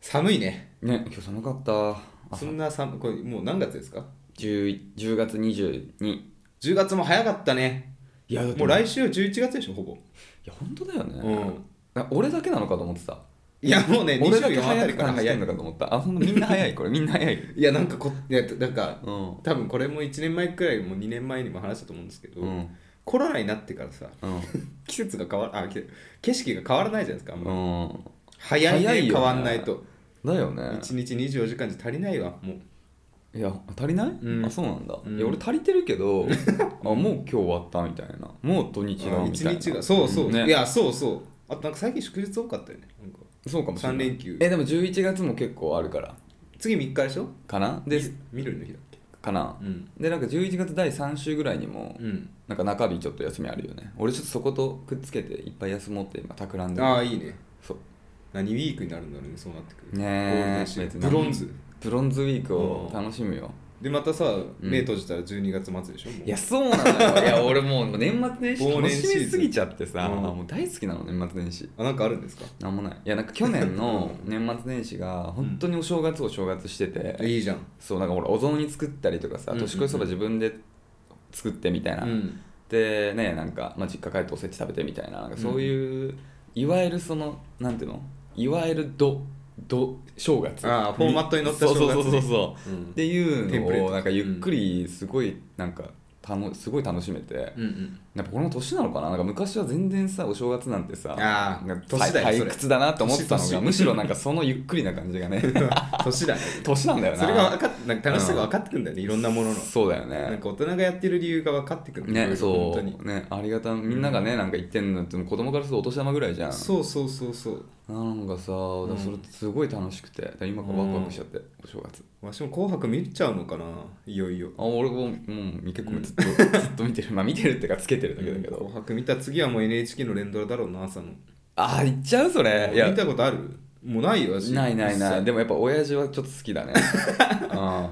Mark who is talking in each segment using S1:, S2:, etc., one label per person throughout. S1: 寒いね
S2: ね今日寒かった
S1: そ
S2: 朝
S1: んな寒これもう何月ですか
S2: 10, 10月22
S1: 10月も早かったね
S2: いやだって
S1: もう
S2: い
S1: 来週11月でしょほぼ
S2: や本当だよね、
S1: うん
S2: な俺だけなのかと思ってた
S1: いやもうね
S2: 俺だけ
S1: 24あた
S2: 早
S1: り
S2: く
S1: から
S2: 感じ
S1: 早
S2: て
S1: い
S2: んのかと思ったあほんとみんな早いこれみんな早い
S1: いやなんかこいやなんか
S2: うん
S1: 多分これも1年前くらいも2年前にも話したと思うんですけど、
S2: うん
S1: コロナになってからさ
S2: うん
S1: 季節が変わらあ季景色が変わらないじゃないですかあんまり
S2: うん
S1: 早いね
S2: 早いよね
S1: 変わんないと
S2: だよね
S1: 1日24時間じゃ足りないわもう
S2: いや足りない、
S1: うん
S2: あそうなんだ、
S1: うん
S2: いや俺足りてるけ どあもう今日終わったみたいなもう土日だ
S1: あ
S2: みたいな
S1: 一日がそうそう、
S2: んね
S1: いやそうそうあとなんか最近祝日多かったよねなんか
S2: そうかもしれな
S1: 三
S2: い
S1: 連休
S2: えでも11月も結構あるから
S1: 次3日でしょ
S2: かなで
S1: み緑の日だっけ
S2: かな
S1: うん
S2: でなんか11月第3週ぐらいにも
S1: うん
S2: なんか中日ちょっと休みあるよね俺ちょっとそことくっつけていっぱい休もうって今企んでる
S1: ああいいね
S2: そう
S1: 何ウィークになるんだろうねそうなってくる
S2: ね
S1: ゴールデンシー
S2: え
S1: ズンブロンズ
S2: ブロンズウィークを楽しむよ、
S1: でまたさ
S2: うん
S1: 目閉じたら12月末でしょ、もう
S2: いやそうなの よいや俺もう年末年始
S1: 忘
S2: 楽
S1: 年シーズン
S2: しみすぎちゃってさ、
S1: うん
S2: もう大好きなの年末年始
S1: あなんかあるんですか
S2: なんもないいやなんか去年の年末年始が本当にお正月を正月してて、
S1: いいじゃん
S2: そうなんかほらお雑煮作ったりとかさ
S1: うんうんうん
S2: 年越しそば自分で作ってみたいな、
S1: うん
S2: でねなんか、まあ、実家帰っておせち食べてみたいななんかそういう、いわゆるそのなんていうのいわゆるどど正月
S1: ああフォーマットに乗った正月ね
S2: そうそうそうそうそう
S1: う
S2: っ
S1: ん
S2: てい
S1: テンプレ
S2: う
S1: ー
S2: のを
S1: ト
S2: なんかゆっくりすごいなんか楽すごい楽しめて、
S1: うんうん
S2: やっぱこれも年なのかななんか昔は全然さお正月なんてさ
S1: あー
S2: なんか
S1: 年だよ
S2: 退
S1: そ
S2: 退
S1: れ
S2: 屈だなと思ってたの
S1: 年
S2: が
S1: 年
S2: むしろなんかそのゆっくりな感じが ね
S1: 年だね
S2: 年なんだよな
S1: それが分かっなんか楽しさが分かってくんだよね、いろんなものの
S2: そうだよ
S1: なん
S2: ね
S1: か大人がやってる理由が分かってくるいろい
S2: ね
S1: ろ
S2: そ
S1: 本当に
S2: うねありがたみんながねなんか言ってんのってもう子供からするとお年玉ぐらいじゃん
S1: そうそうそうそう
S2: なんかさ、
S1: ん
S2: それすごい楽しくてだから今からワクワクしちゃって、お正月
S1: わしも紅白見ちゃうのかないよいよ
S2: あ俺ももう結構ずっと、ずっと見てるまあ見てるってかつけてるだけだけど、
S1: 紅白見た次はもう NHK の連ドラだろうな朝の
S2: ああ行っちゃうそれいや
S1: 見たことあるもうないよ私
S2: ないない
S1: 一
S2: ない
S1: 切
S2: でもやっぱ親父はちょっと好き だね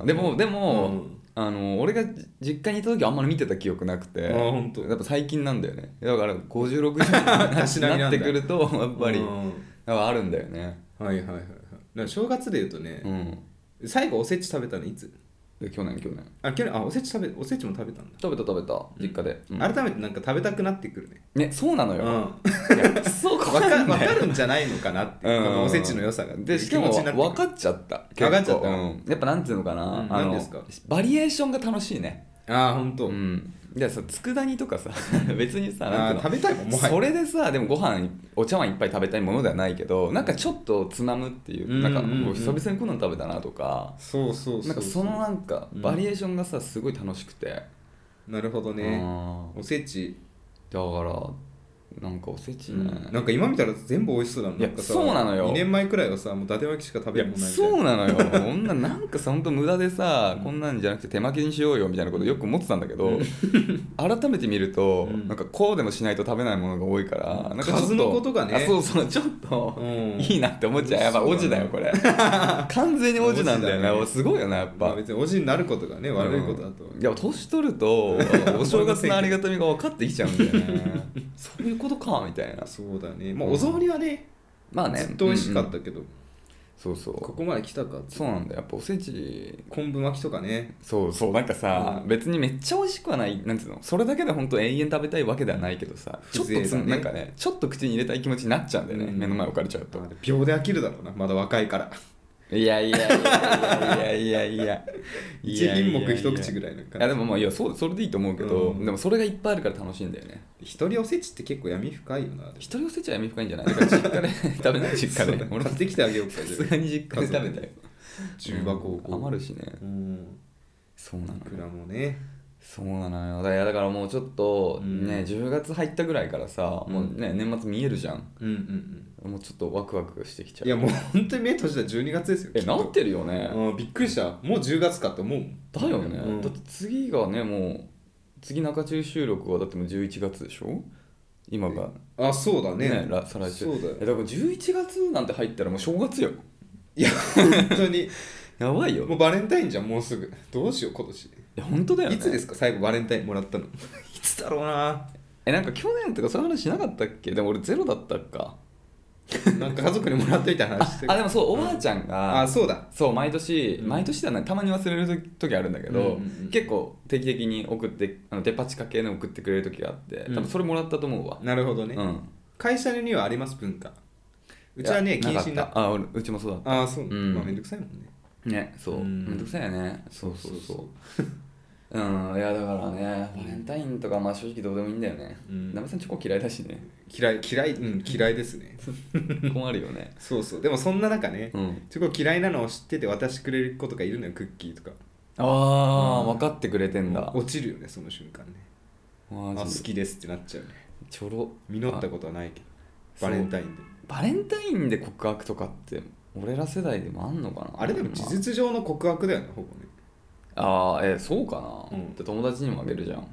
S2: うんでもでも、
S1: うん
S2: あの俺がじ実家にいた時あんまり見てた記憶なくて
S1: あーほんと
S2: やっぱ最近なんだよねだから56 に
S1: しなみなだ
S2: ななんってくるとやっぱり
S1: うん
S2: やっぱあるんだよね
S1: はいはいはいはいなんか正月で言うとね
S2: う、ん
S1: 最後おせち食べたのいつ
S2: で去年去年
S1: あ去年あおせち食べおせちも食べたんだ、
S2: 食べた食べた実家で、うん
S1: 改めてなんか食べたくなってくるね
S2: ねそうなの
S1: うん
S2: よ、
S1: わ
S2: いやそうか
S1: か
S2: 分
S1: わかるんじゃないのかなっていう、このおせちの良さが
S2: でしかも
S1: 気持ちになって
S2: 分
S1: く
S2: か
S1: る
S2: っちゃった
S1: 分かっちゃった
S2: うん、やっぱなんていうのかな、
S1: うん
S2: あ
S1: 何
S2: の
S1: ですか
S2: バリエーションが楽しいね
S1: ああほんと、
S2: うんでさ佃煮とかさ別にさな
S1: あ
S2: ん
S1: ー
S2: てい
S1: 食べたいもん
S2: う
S1: も
S2: の
S1: はや
S2: それでさでもご飯お茶碗いっぱい食べたいものではないけどなんかちょっとつまむっていう,、
S1: うん
S2: なんか
S1: うんうん
S2: もう久々にこんなの食べたなとか、
S1: そうそうそう
S2: なんかそのなんか
S1: うん
S2: バリエーションがさすごい楽しくて、
S1: なるほど
S2: うん、
S1: ねおせち、
S2: だからなんかおせちね、
S1: なんか今見たら全部美味しそうだもん
S2: いや
S1: んかさ
S2: そうなのよ
S1: 2年前くらいはさもう伊達巻きしか食
S2: い
S1: べ
S2: や
S1: るもんないみたい
S2: そうなの よこんななんかさほんと無駄でさこんなんじゃなくて手巻きにしようよみたいなことよく思ってたんだけど改めて見ると、
S1: うん
S2: なんかこうでもしないと食べないものが多いからなんかちょっ
S1: 数のことがね
S2: あそうそうちょっと、
S1: うん
S2: いいなって思っちゃうやっぱ
S1: そう
S2: オ
S1: だね
S2: ジだよ これ完全にオジなんだよ
S1: オジ
S2: ね
S1: だね
S2: すごいよなやっ
S1: ま
S2: ぱ、
S1: あ別におじになることがね悪いことだと、
S2: うんいや年取るとお正月のありがたみが分かってきちゃうんだよ ねそういうことかみたいな
S1: そうだねまあ
S2: うん
S1: お雑煮はね、
S2: まあね
S1: ずっと美味しかっ
S2: うんうん
S1: たけど、
S2: そうそ
S1: こ
S2: う
S1: こまで来たか
S2: そうなんだよやっぱおせち
S1: 昆布巻きとかね
S2: そうそうなんかさ、
S1: うん
S2: 別にめっちゃ美味しくはないなんていうのそれだけで本当永遠食べたいわけではないけどさちょっと
S1: 風
S2: つ、
S1: 情だね
S2: なんかねちょっと口に入れたい気持ちになっちゃうんだよね、
S1: うん
S2: 目の前置かれちゃう
S1: あ
S2: と
S1: れ秒で飽きるだろうなまだ若いから
S2: いやいやいやいやいやいやいや
S1: 一品目一口ぐ
S2: い
S1: らいの
S2: や
S1: 感
S2: いや
S1: じ
S2: でもまあいやそうそれでいいと思うけど、
S1: うん
S2: でもそれがいっぱいあるから楽しいんだよね
S1: 一人おせちって結構闇深いよな
S2: 一人おせちは闇深いんじゃないだから実家で食べない実家
S1: そう
S2: で
S1: だ
S2: 俺も
S1: 買ってきてあげようか
S2: さ
S1: じゃ
S2: すがに実家で食べたよ
S1: あ中和高校、
S2: うん余るしね
S1: うん
S2: そうなのよ
S1: いくらもね
S2: そうなのよだからいやだからもうちょっと
S1: うん
S2: ね、10月入ったぐらいからさ、
S1: うん
S2: もうね年末見えるじゃん
S1: うんうんうん
S2: もうちょっとワクワクしてきちゃう
S1: いやもう本当に目閉じたら12月ですよ
S2: え
S1: きっと
S2: なってるよね、
S1: うんびっくりしたもう10月かと思うもん
S2: だよね、
S1: うん
S2: だって次がねもう次中中収録はだってもう11月でしょ今が
S1: あそうだね
S2: ねら再来週
S1: そうだよ
S2: えだから11月なんて入ったらもう正月よ
S1: いや本当に
S2: やばいよ
S1: もうバレンタインじゃんもうすぐどうしよう今年
S2: いや本当だよね
S1: いつですか最後バレンタインもら ったのいつだろうな
S2: えなんか去年とかそういう話しなかったっけでも俺ゼロだったか
S1: なんか家族にもらっといた話して
S2: あでもそうおばあちゃんが、
S1: あそうだ
S2: そう毎年、
S1: うん
S2: 毎年だなたまに忘れる時時あるんだけど、
S1: うんうんうん
S2: 結構定期的に送ってあのデパ地下系の送ってくれる時があって
S1: うん
S2: 多分それもらったと思うわ、
S1: なるほど
S2: う
S1: ね、
S2: ん
S1: 会社にはあります文化うちはね
S2: いや
S1: 禁止にな
S2: な
S1: っ
S2: かったあ俺うちもそうだっ
S1: ああそう、
S2: うん
S1: まあめんどくさいもんね
S2: たねそう
S1: うん
S2: めんどくさいよねそうそう そううんいやだからねバレンタインとかまあ正直どうでもいいんだよね
S1: うん
S2: ナベ、さんチョコ嫌いだし ね
S1: 嫌い嫌い うん嫌いですね
S2: 困るよね
S1: そうそうでもそんな中ね、
S2: うん
S1: チョコ嫌いなのを知ってて渡してくれる子とかいるのよクッキーとか
S2: ああ、
S1: うん
S2: 分かってくれてんだ
S1: 落ちるよねその瞬間ねあ
S2: マ
S1: 好
S2: ジで
S1: きですってなっちゃうね
S2: ちょろ
S1: 実ったことはないけどバレンタインで
S2: バレンタインで告白とかって俺ら世代でもあんのかな
S1: あれでも事実上の告白だよねほぼね
S2: まああーえそうかな、
S1: うん
S2: で友達にもあげるじゃん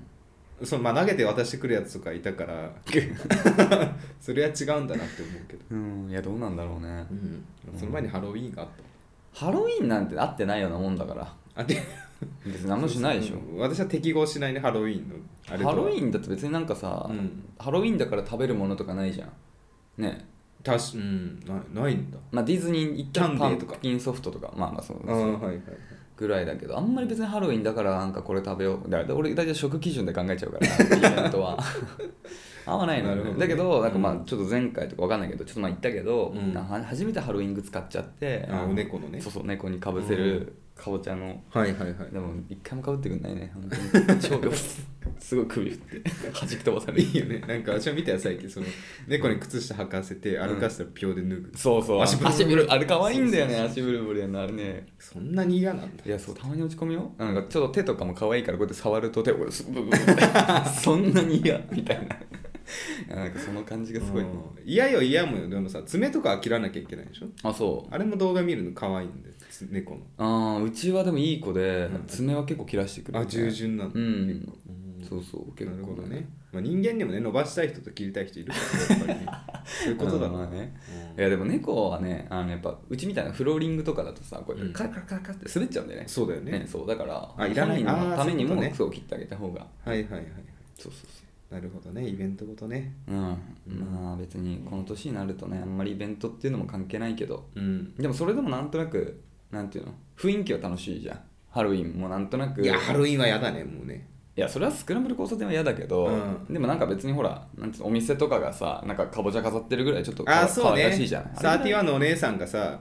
S1: そのまあ投げて渡してくるやつとかいたから それは違うんだなって思うけど、
S2: うんいやどうなんだろうね
S1: その前にハロウィーンがあっ
S2: ハロウィンなんて会ってないようなもんだから
S1: たあで
S2: 別に何もしないでしょ
S1: うん私は適合しないねハロウィーンのあれと
S2: ハロウ
S1: ン
S2: ィンだって別になんかさ、
S1: うん
S2: ハロウィンだから食べるものとかないじゃんね
S1: たしうんなないんだ
S2: まあディズニー行ったら
S1: キ
S2: パ
S1: ャンデ
S2: ン
S1: ーとか
S2: プキンソフトとかまあまあそう
S1: ああはいはい
S2: ぐらいだけどあんまり別にハロウィンだからなんかこれ食べようだから俺大体食基準で考えちゃうからイベント は合わないの
S1: な
S2: よ
S1: るほどね
S2: だけどなんかまあちょっと前回とかわかんないけどちょっとまあ言ったけど、
S1: うん
S2: なは初めてハロウィング使っちゃって
S1: あお猫のね
S2: そうそう猫にかぶせるかぼちゃの、
S1: はいはいはい
S2: でも一回もかぶってくんな いね本当に超すごい首振って弾き飛ばされる
S1: いいよねなんか私は見たよ最近その猫に靴下履かせて歩かせたら秒で脱ぐ、
S2: そうそう
S1: 足
S2: 足
S1: ブ
S2: ブ
S1: ルブル
S2: ルブルあれ可愛いんだよね足ブルブルやなあれね
S1: そんなに嫌なんだ
S2: いやそうたまに落ち込むよなんかちょっと手とかも可愛いからこうやって触ると手をこ うすブブブブブそんなに嫌みたいないやなんかその感じがすごいね
S1: うん嫌よ嫌もよでもさ爪とかは切らなきゃいけないでしょ
S2: あそう
S1: あれも動画見るの可愛いんでつ猫の
S2: あーうちはでもいい子で
S1: うん
S2: 爪は結構切らしてくる
S1: あ従順なんだ、
S2: うん
S1: 結構
S2: そうそう結
S1: なる
S2: 構
S1: ほどね、まあ、人間にもね伸ばしたい人と切りたい人いるからねやっ ぱりねそういうことだ
S2: まあ
S1: な、
S2: ねい
S1: うん
S2: やでも猫はねあのやっぱうちみたいなフローリングとかだとさこうやっ
S1: うん
S2: てカラカラカラカラって滑っちゃうんだよね,、
S1: そうだよね
S2: ねそうだから
S1: あいらない
S2: 本人
S1: あー
S2: のために
S1: そういうこ
S2: も
S1: とね
S2: そう切ってあげた方が
S1: はいはいはい
S2: そうそうそう
S1: なるほどねイベントごとね
S2: うん、まあ別にこの年になるとねあんまりイベントっていうのも関係ないけど
S1: うん
S2: でもそれでもなんとなくなんていうの雰囲気は楽しいじゃんハロウィンもなんとなく
S1: いやハロウィンはやだねもうね
S2: いやそれはスクランブル交差点は嫌だけど、
S1: うん
S2: でもなんか別にほらなんていうのお店とかがさなんかかぼちゃ飾ってるぐらいちょっとか
S1: あ
S2: わ
S1: あそう
S2: 可
S1: ね
S2: 愛らしいじゃない
S1: サーティワ
S2: ン
S1: ンのお姉さんがさ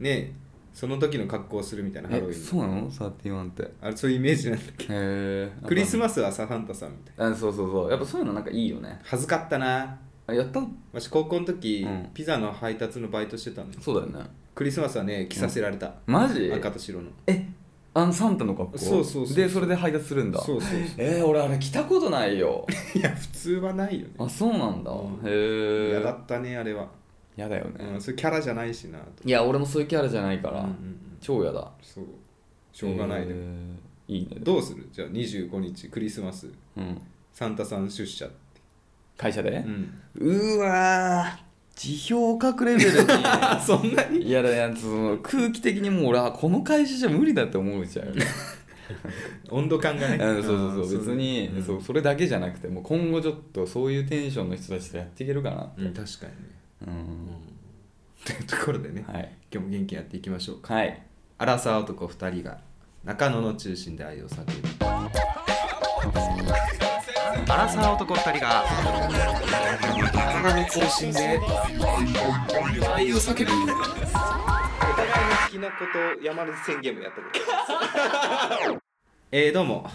S1: ねその時の格好をするみたいなハロウ
S2: え
S1: ィン
S2: そうなのサーティワンってへ
S1: あれそういうイメージなんだけ
S2: え
S1: どクリス
S2: マ
S1: マスはさサンタさんみたいな
S2: スあそうそうそうやっぱそういうのなんかいいよね
S1: 恥ずかったな
S2: あやった
S1: 私高校の時、
S2: うん
S1: ピザの配達のバイトしてたの
S2: そうだよね
S1: クリスマスはね着させられた、
S2: マジ
S1: 赤と白の
S2: えあのサンタの格好
S1: そうそうそう
S2: でそれで配達するんだ
S1: そうそうそ
S2: えー、俺あれ着たことないよ
S1: ういや普通はないよね
S2: あそうなんだ、
S1: うん
S2: へえ
S1: 嫌だったねあれは、
S2: やだよね、
S1: うん、そういうキャラじゃないしなと
S2: いや俺もそういうキャラじゃないから、
S1: うんうんうん
S2: 超やだ
S1: そうしょうがないね、
S2: えーいいね
S1: どうするじゃあ25日クリスマス
S2: うん、
S1: サンタさん出社って、
S2: 会社で
S1: う、ん、
S2: うわー辞表書くレベルに
S1: あそんな に
S2: いやだやその空気的にもう俺はこの会社じゃ無理だって思 うじゃんうん
S1: 温度感がね
S2: そうそうそう別に、
S1: うん
S2: そうそれだけじゃなくてもう今後ちょっとそういうテンションの人たちとやっていけるかな
S1: うん確かにね、 う
S2: う
S1: ん
S2: ん、
S1: というところでね、
S2: はい
S1: 今日も元気にやっていきましょうか
S2: はい
S1: アラサー男2人が中野の中心で愛を叫ぶアラサー男2人が中野の中心で愛を叫ぶお互いの好きなことを山根宣言もやったことえー、どうも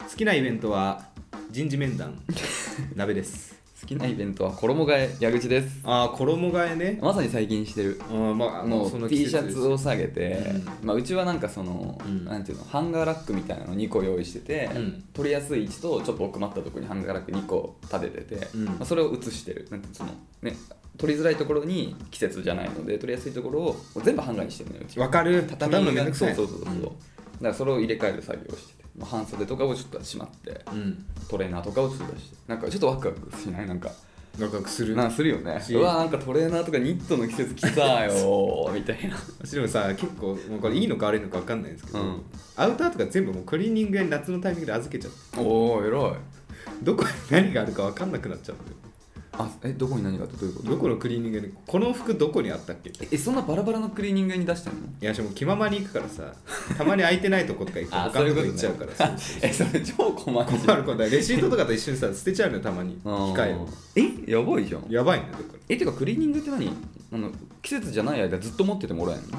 S1: 好きなイベントは人事面談鍋です
S2: 好きなイベントは衣替え矢口です
S1: ああ衣替えね
S2: まさに最近してる
S1: あーまあ
S2: もう T シャツ
S1: を
S2: を下げて、
S1: う
S2: まあ、うちはなんかその、
S1: うん
S2: なんていうのハンガーラックみたいなの2個用意してて、
S1: うん
S2: 取りやすい位置とちょっと奥まったところにハンガーラック2個立ててて、
S1: うん
S2: まあ、それを写してるなんていうのその、ね、取りづらいところに季節じゃないので取りやすいところを全部ハンガーにしてるのようちは
S1: わかる
S2: 畳
S1: 畳むのめ
S2: が
S1: んどくさい
S2: そうそうそうそう、だからそれを入れ替える作業をしてて、まあ、半袖とかをちょっとしまって
S1: うん
S2: トレーナーとかをちょっと出してなんかちょっとワクワクしないなんか
S1: ワクワクする
S2: なんかするよね
S1: し
S2: うわなんかトレーナーとかニットの季節来たよみたいな
S1: 私でもさ結構もうこれいいのか悪いのか分かんないんですけど、
S2: うん
S1: アウターとか全部もうクリーニング屋に夏のタイミングで預けちゃって
S2: おお偉い
S1: どこに何があるか分かんなくなっちゃうんだよ
S2: あえどこに何があったどういうこと
S1: どこのクリーニングでこの服どこにあったっけって
S2: えそんなバラバラのクリーニング屋に出してんの
S1: いやしも気ままに行くからさたまに空いてないとことか行くと他のとこ行っちゃうから
S2: ね えそれ超困るじ
S1: 困
S2: ゃん
S1: る困るレシートとかと一緒にさ捨てちゃうのよたまに機械を
S2: うんえやばいじゃん
S1: やばいねだか
S2: えてかクリーニングって何あの季節じゃない間ずっと持っててもらえんの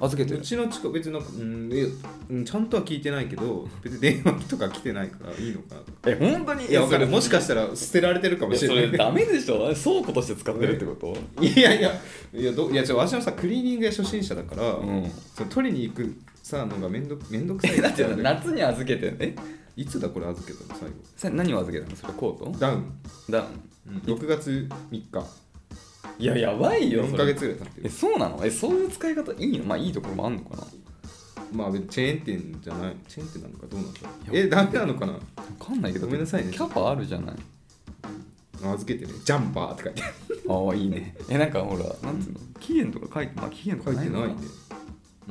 S2: 預けて
S1: らう
S2: る
S1: ちの近く別になんかうんいやうんちゃんとは聞いてないけど別に電話機とか来てないからいいのかなとか
S2: え本当に
S1: いやわかるも
S2: し
S1: しかしたら捨てられてるかもし
S2: そ
S1: れ
S2: れ
S1: ない
S2: ダメでしょ倉庫として使ってるってこと
S1: いやいやいやどいやちょわしもさクリーニング屋初心者だから、
S2: うん
S1: その取りに行くさのがめんどめんどくさい
S2: えだって
S1: ある
S2: 夏に預けてんえ
S1: いつだこれ預けたの最後
S2: さ何を預けたのそれコー
S1: ダウン、
S2: トダウ
S1: うん、
S2: ン
S1: 6月3日
S2: いややばいよ
S1: 4
S2: そ
S1: ヶ
S2: れ
S1: 月ぐらい経って
S2: え
S1: る
S2: そうなのえそういう使い方いいのまあいいところもあんのかな
S1: まあ別にチェーン店じゃないチェーン店なのかどうなのか
S2: いや
S1: えダメなのかな
S2: わかんないけど
S1: ごめんなさいね
S2: キャパあるじゃない
S1: 預けてねジャンパーって書いてある
S2: ああいいねえなんかほらなんつうの期限とか書いてまあ期限と
S1: 書
S2: か
S1: いて
S2: の
S1: な
S2: か
S1: いね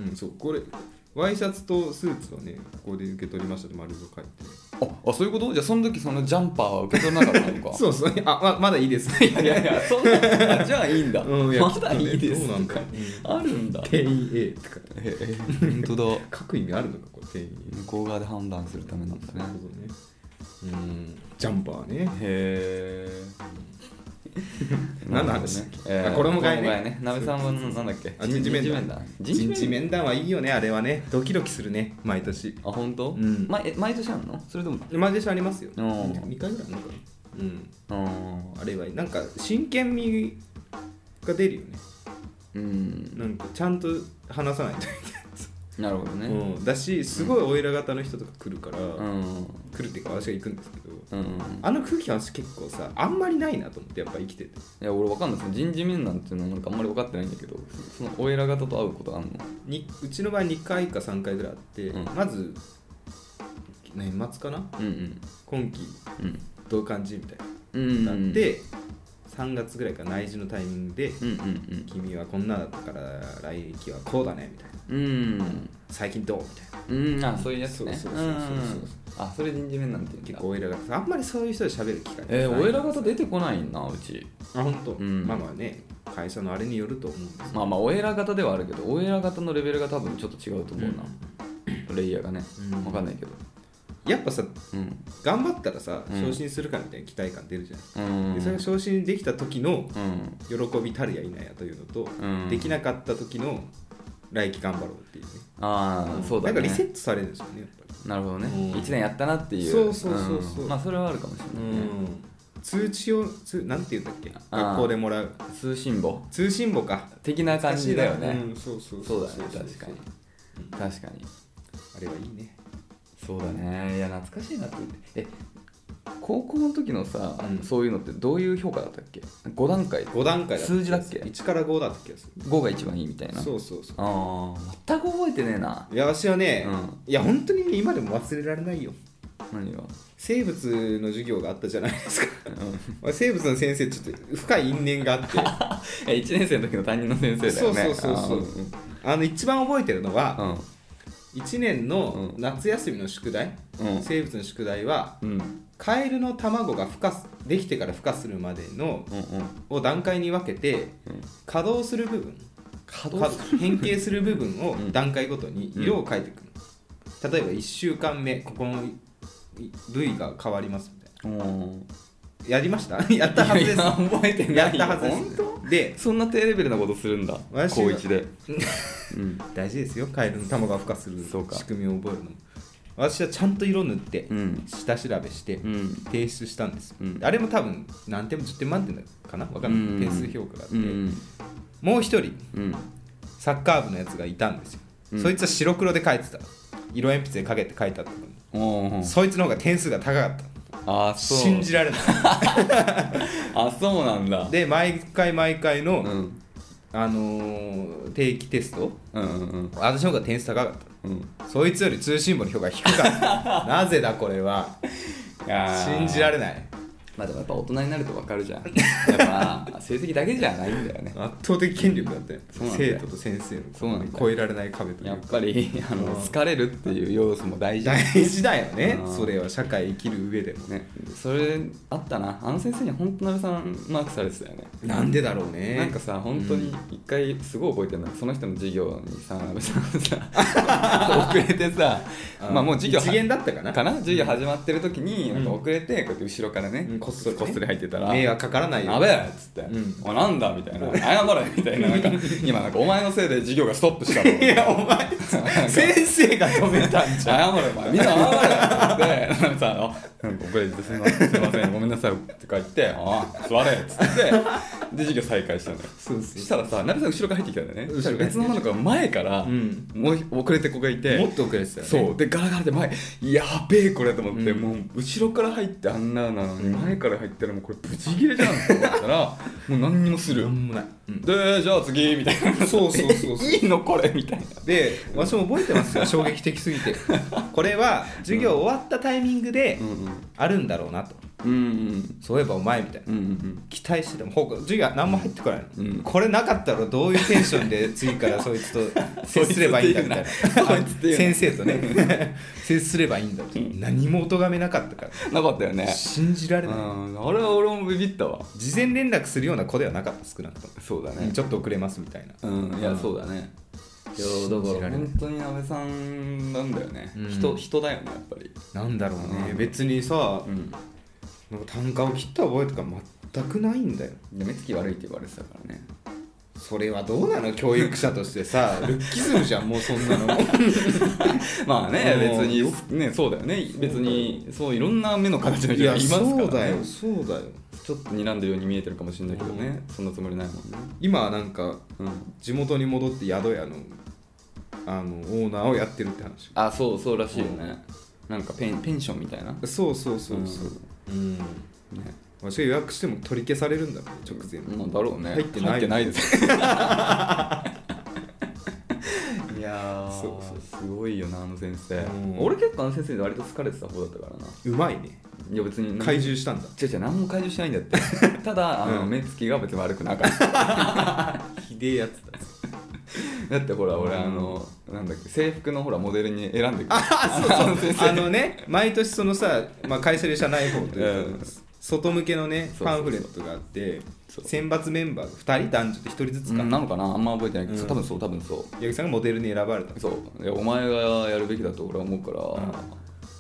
S1: うんそうこれワイシャツとスーツはねここで受け取りましたって丸を書いて
S2: ああそういうことじゃあその時そのジャンパーは受け取らなかったの か
S1: そうそうあままだいいです
S2: いやいやいやそんなあじゃあいいんだ、
S1: うんいや
S2: まだいいで
S1: ど
S2: す
S1: うなんだろう
S2: あるんだ
S1: 店員 A って書いてある
S2: ええ本当だ
S1: 書く意味あるのかこれ店員 A
S2: 向こう側で判断するためなんだね
S1: なるほどねうんジャンパーね
S2: へえ
S1: 何の話だっけ
S2: えー、
S1: あ衣替えね
S2: なべさんはなんだっけ
S1: あ人事面談
S2: 談
S1: 人事
S2: 談
S1: 面談はいいよねあれはねドキドキするね毎年
S2: あ本当？
S1: うん
S2: ま毎年あるのそれとも
S1: 毎年ありますよ
S2: うん
S1: 2回ぐらいあるのかなうん
S2: うん
S1: あれはいいなんか真剣味が出るよね
S2: うん
S1: なんかちゃんと話さないとい
S2: なるほど
S1: け
S2: ね
S1: ない、うん、だしすごいおいら型の人とか来るから、
S2: うん
S1: 来るっていうか私が行くんですけど
S2: うん
S1: あの空気は私結構さあんまりないなと思ってやっぱ生きてて
S2: いや俺わかんないその人事面談っていうのはなんかあんまり分かってないんだけどそのお偉方と会うことあんの
S1: にうちの場合2回か3回ぐらいあって、
S2: うん
S1: まず年末かな
S2: うんうん
S1: 今期
S2: うん
S1: どういう感じみたいな
S2: うん
S1: なって、3月ぐらいから内示のタイミングで、
S2: うんうん
S1: 君はこんなだったから来期はこうだねみたいな
S2: うんうん
S1: 最近どうみたいな
S2: うんあそういうやつね
S1: そうそうそうそうそうん
S2: んんあそれ人事面なんて言うんだ
S1: 結構お偉方あんまりそういう人で喋る機会
S2: えー、お偉
S1: が
S2: 方出てこないなうち
S1: あ本当、
S2: うん
S1: まあまあね会社のあれによると思うんですよ
S2: まあまあお偉方ではあるけどお偉方のレベルが多分ちょっと違うと思うな、レイヤーがね
S1: うん
S2: 分かんないけど
S1: やっぱさ
S2: うん
S1: 頑張ったらさ
S2: うん
S1: 昇進するかみたいな期待感出るじゃない、
S2: うん
S1: でそれが昇進できた時の
S2: うん
S1: 喜びたるやいないやというのと、
S2: うん
S1: できなかった時の来期頑張ろうっていうね
S2: ああそうだね
S1: なんかリセットされるんですよねやっぱり
S2: なるほどね、
S1: うん
S2: 1年やったなっていう
S1: そうそうそうそうん
S2: まあそれはあるかもしれないね、
S1: 通知をつなんて言うんだっけ
S2: あー
S1: 学校でもらう
S2: 通信簿
S1: 通信簿か
S2: 的な感じだよ
S1: 懐かしい
S2: ね
S1: なうん、そうそう
S2: そうだね確かに
S1: うん
S2: 確かに
S1: あれはいいね
S2: そうだねいや懐かしいなってえ高校の時のさ、
S1: うん
S2: そういうのってどういう評価だったっけ5段階
S1: 5段階だ
S2: 数字だっけ
S1: 1から5だった気がする
S2: 5が一番いいみたいな
S1: そうそうそ
S2: ああ全く覚えてねえな
S1: ういやわしはね、
S2: うん
S1: いや本当にね今でも忘れられないよ
S2: 何が
S1: 生物の授業があったじゃないですか
S2: うん
S1: 俺生物の先生ちょっと深い因縁があ って
S2: え1年生の時の担任の先生だよね
S1: そうそうそうそうあの一番覚えてるのは
S2: あ
S1: 1年の
S2: うん
S1: 夏休みの宿題、
S2: ーうん
S1: 生物の宿題は
S2: うんうん
S1: カエルの卵が孵化すできてから孵化するまでの
S2: うんうん
S1: を段階に分けて
S2: うん
S1: 稼働する部分
S2: 稼働
S1: か変形する部分を
S2: うん
S1: 段階ごとに色を変えていくの、例えば1週間目ここのい部位が変わりますみたい
S2: うん
S1: なやりました やったはずで
S2: いや覚えて
S1: す
S2: ない
S1: やったはずで
S2: 本
S1: すで
S2: そんな低レベルなことするんだ
S1: わしは
S2: 高一でうん
S1: 大事ですよカエルの卵が孵化する
S2: そうか
S1: 仕組みを覚えるのも私はちゃんと色塗って
S2: うん
S1: 下調べして
S2: うん
S1: 提出したんです、
S2: うん
S1: あれも多分何点も10点満点かなわかんない
S2: うん
S1: 点数評価があって、
S2: うん
S1: もう一人
S2: うん
S1: サッカー部のやつがいたんですよ、
S2: うん
S1: そいつは白黒で書いてた色鉛筆で書けて書いてあったのに、
S2: うんうん
S1: そいつの方が点数が高かった
S2: あそう
S1: 信じら れない
S2: あそうなんだ
S1: で毎回毎回の、
S2: うん
S1: あのー定期テスト
S2: うんうんうん
S1: 私の方が点数高かっ
S2: うん
S1: たそいつより 通信簿の評価が低かったなぜだこれは信じら
S2: れ
S1: れない
S2: まあでもやっぱ大人になると分かるじゃんやっぱ成績だけじゃないんだよ ね
S1: 圧倒的権力だったよ
S2: そうなんだよ
S1: 生徒と先生の
S2: そうなんだよ
S1: 超えられない壁という
S2: やっ
S1: か
S2: ぱりあの好かれるっていう要素も大事
S1: 大事だよね
S2: うん
S1: それは社会生きる上でも
S2: ねそれあったなあの先生に本当なべさんマークされてたよね
S1: なんでだろうね
S2: なんかさ本当に一回すごい覚えてるの、その人の授業に さ 安部さんがさ遅れてさ
S1: ん
S2: まあもう授業は
S1: 一元だったかな
S2: かな授業始まってる時に
S1: うん
S2: なんか遅れてこうやって後ろからね、
S1: うんこっそりね
S2: こっそり入ってたら
S1: 迷惑かからないよ
S2: やべえっつって
S1: うん
S2: 「おなんだ?」みたいな「謝れ」みたいな なんか今なんかお前のせいで授業がストップしたと
S1: いやお前先生が止めたんじゃん
S2: 謝れお前みんな謝 れって言ってさあなんか遅れてすいませんすいませんごめんなさい」って言って「ああ座れ」っつってで授業再開したのよ
S1: そう
S2: そ
S1: そ
S2: したらさ鍋さん後ろから入ってきたんだよね
S1: 後ろ
S2: そした
S1: から
S2: ら別の女の子が前から、
S1: うん
S2: もう遅れて子がいて
S1: もっと遅れてたよね
S2: そうでガラガラで前やべえこれと思って、
S1: うん
S2: もう後ろから入ってあんななのに
S1: うん
S2: 前から入ったらもうこれブチギレじゃんって思っ たらもう何にもする
S1: なんもない、うん
S2: でじゃあ次みたいな
S1: そうそうそうそう
S2: いいのこれみたいな
S1: で私も覚えてます よ衝撃的すぎてこれは授業終わったタイミングで
S2: うん
S1: あるんだろうなと
S2: うんうん
S1: そういえばお前みたいな
S2: うんうん
S1: 期待しててもほう授業何も入ってこないの、
S2: うん
S1: これなかったらどういうテンションで次からそいつと接すればいいんだみたいな
S2: そいつっていうな
S1: 先生とね 接すればいいんだと、何もお咎めなかったか
S2: なかったよね
S1: ら信じら
S2: う
S1: れない、
S2: んあれは俺もビビったわ
S1: 事前連絡するような子ではなかった少なくとも、
S2: そうだ
S1: ちょっと遅れますみたいな
S2: うんいやそうだねいや
S1: 信
S2: だか
S1: じら
S2: ら
S1: れない
S2: 本当に安倍さんなんだよね、
S1: うん
S2: 人人だよねやっぱり
S1: なんだろうね、
S2: うん
S1: 別にさ
S2: うん
S1: なんか単価を切った覚えとか全くないんだよ
S2: で目つき悪いって言われてたからね
S1: それはどうなの教育者として さルッキズムじゃんもうそんなの
S2: まあね
S1: うん
S2: 別にねそうだよね別にそういろんな目の形の
S1: い
S2: 人が
S1: や
S2: いますから、ね、
S1: そうだよそうだよ
S2: ちょっと睨んでるように見えてるかもしれないけどねそんなつもりないもんね
S1: 今はなんか
S2: うん
S1: 地元に戻って宿屋のあのオーナーをやってるって話
S2: あそうそうらしいよねなんかペンペンションみたいな
S1: そうそうそうそううん
S2: ね
S1: 私が予約しても取り消されるんだもん直前
S2: まあだろうね
S1: 入ってない
S2: 入ってないですいやー
S1: そうそ
S2: すごいよなあの先生、
S1: うん
S2: 俺結構あの先生に割と疲れてた方だったからな
S1: うまいね
S2: いや別に
S1: 懐柔したんだ
S2: 違う違う何も解除しないんだってただあの、
S1: うん
S2: 目つきが別に悪くなかった
S1: ひでえやつだ
S2: だってほら俺
S1: うん
S2: あのなんだっけ制服のほらモデルに選んでくる
S1: あそうそうあのね毎年そのさ、まあ、会社で社内報という
S2: う
S1: か
S2: ん
S1: 外向けのね
S2: そうそうそう
S1: パンフレットがあって
S2: そう
S1: 選抜メンバーが2人男女で1人ずつか
S2: うんなのかなあんま覚えてないけど、
S1: うん
S2: 多分そう多分そ
S1: 八木さんがモデルに選ばれた
S2: うそういやお前がやるべきだと俺は思うから、
S1: うん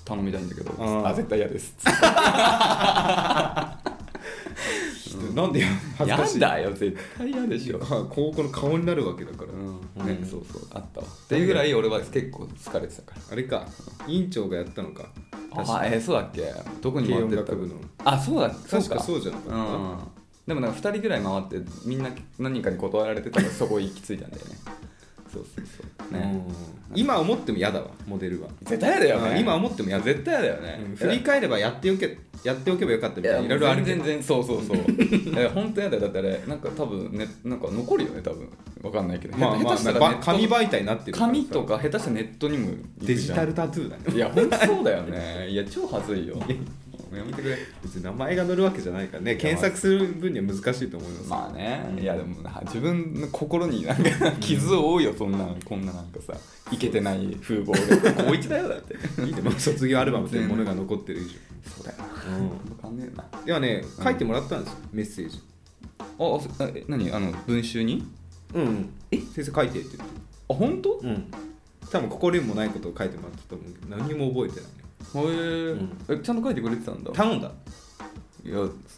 S2: 頼みたいんだけど、
S1: うん
S2: あ絶対嫌です
S1: なんで恥ずかしい
S2: 嫌だよ絶対嫌でしょ、
S1: あ高校の顔になるわけだから、
S2: うん
S1: うん
S2: ねそうそうあったわっていうぐらい俺は結構疲れてたから
S1: あれか委員長がやったのか確か
S2: あえーそうだっけどこに回ってった
S1: 軽音楽部の
S2: あそうだそう
S1: 確
S2: か
S1: かそうじゃなかった、
S2: うんでもなんか2人ぐらい回ってみんな何人かに断られてたからそこ行き着いたんだよねそうそうそうね、
S1: うん今思っても嫌だわモデルは、
S2: 絶対やだよ
S1: あ
S2: ね
S1: 今思っても
S2: いや
S1: 嫌だ、
S2: 絶対やだよね、
S1: うん振り返ればやっておけやっておけばよかったみ
S2: い
S1: たい
S2: や
S1: ない
S2: い
S1: ろい
S2: ろい
S1: ろ
S2: ろ
S1: あ
S2: あ
S1: る
S2: る
S1: け
S2: 全
S1: ど
S2: 然そう そうそういや本当やだよだってあれなんか多分ねなんか残るよね多分わかんないけど、
S1: まあまあ、
S2: 下手した
S1: ま
S2: ら
S1: あ
S2: ネット
S1: 紙媒体になってるらさ
S2: 紙とか下手したらネットにも行くじゃん
S1: デジタルタトゥーだね
S2: いや本当そうだよねいや超はずいよやめてくれ
S1: 別に名前が載るわけじゃないからね検索する分には難しいと思います、
S2: まあねいやでもな自分の心になんか傷を負うよそんなこんななんかさいけてない風貌で高一だよだって
S1: いいでも卒業アルバムというものが残ってる以
S2: そうだよな
S1: 上、う
S2: わかんねえなあ
S1: ん、ではね書いてもらったんですよメッセージ
S2: そえ何あの文集に
S1: うんえ先生書いてって言って
S2: あ本当
S1: うん多分心にもないことを書いてもらったと思うけど何も覚えてない
S2: へー
S1: うん
S2: えちゃんと書いてくれてたんだ
S1: 頼んだ
S2: いや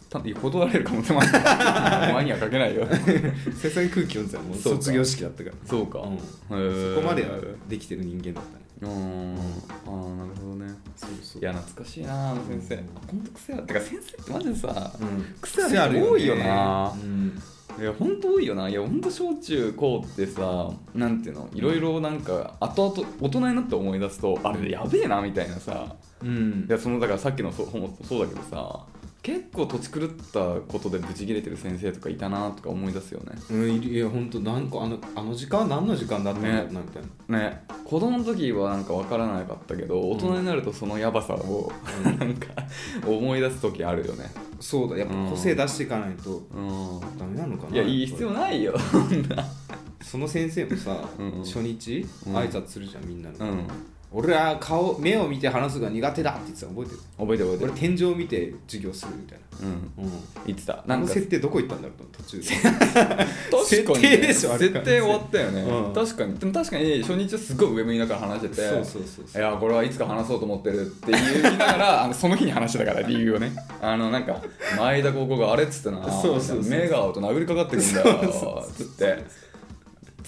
S2: たいや断られるかもし れないお前には書けないよ
S1: 先生が空気読んでたらもう
S2: そうか
S1: 卒業式だったから
S2: そうか、
S1: うん
S2: へ
S1: そ
S2: ー
S1: こまではできてる人間だったね
S2: うーんああなるほどね
S1: そうそ
S2: いや懐かしいなあの先生
S1: うん
S2: 本当癖あるてか先生ってマジでさ、
S1: うん、
S2: 癖あるよね
S1: 多いよな、うん、
S2: いや本当多いよないや本当小中高ってさなんていうのいろいろなんか後々大人になって思い出すとあれやべえなみたいなさ
S1: うん
S2: いやそのだからさっきのそうほんそうだけどさ結構土地狂ったことでブチ切れてる先生とかいたなとか思い出すよね
S1: うんいるいや本当なんかあのあの時間何の時間だったんだろうなみたいな
S2: ね子供の時はなんか分からなかったけど大人になるとそのヤバさを、なんか思い出す時あるよね
S1: そうだやっぱ個性出していかないと
S2: うん
S1: ダメなのかない
S2: やいい必要ないよ
S1: その先生もさ、
S2: うん
S1: 初日
S2: うん
S1: 挨拶するじゃんみんなの、
S2: うん
S1: 俺は顔目を見て話すのが苦手だって言ってたの覚えてる
S2: 覚えてる覚えて
S1: 俺
S2: る
S1: 天井を見て授業するみたいな
S2: うん
S1: うん
S2: 言ってた
S1: あ
S2: な
S1: の
S2: んか
S1: 設定どこ行ったんだろうと思う途中で
S2: 確かに
S1: 設定でしょあれ
S2: 設定終わったよね、
S1: うん
S2: 確かにでも確かに初日はすごい上向きながら話してて
S1: そうそうそうそう
S2: いやこれはいつか話そうと思ってるって言いながらあのその日に話してたから理由をねあのなんか前田高校があれっつってな
S1: そうそうそう
S2: 目が合うと殴りかかってくんだよつって言って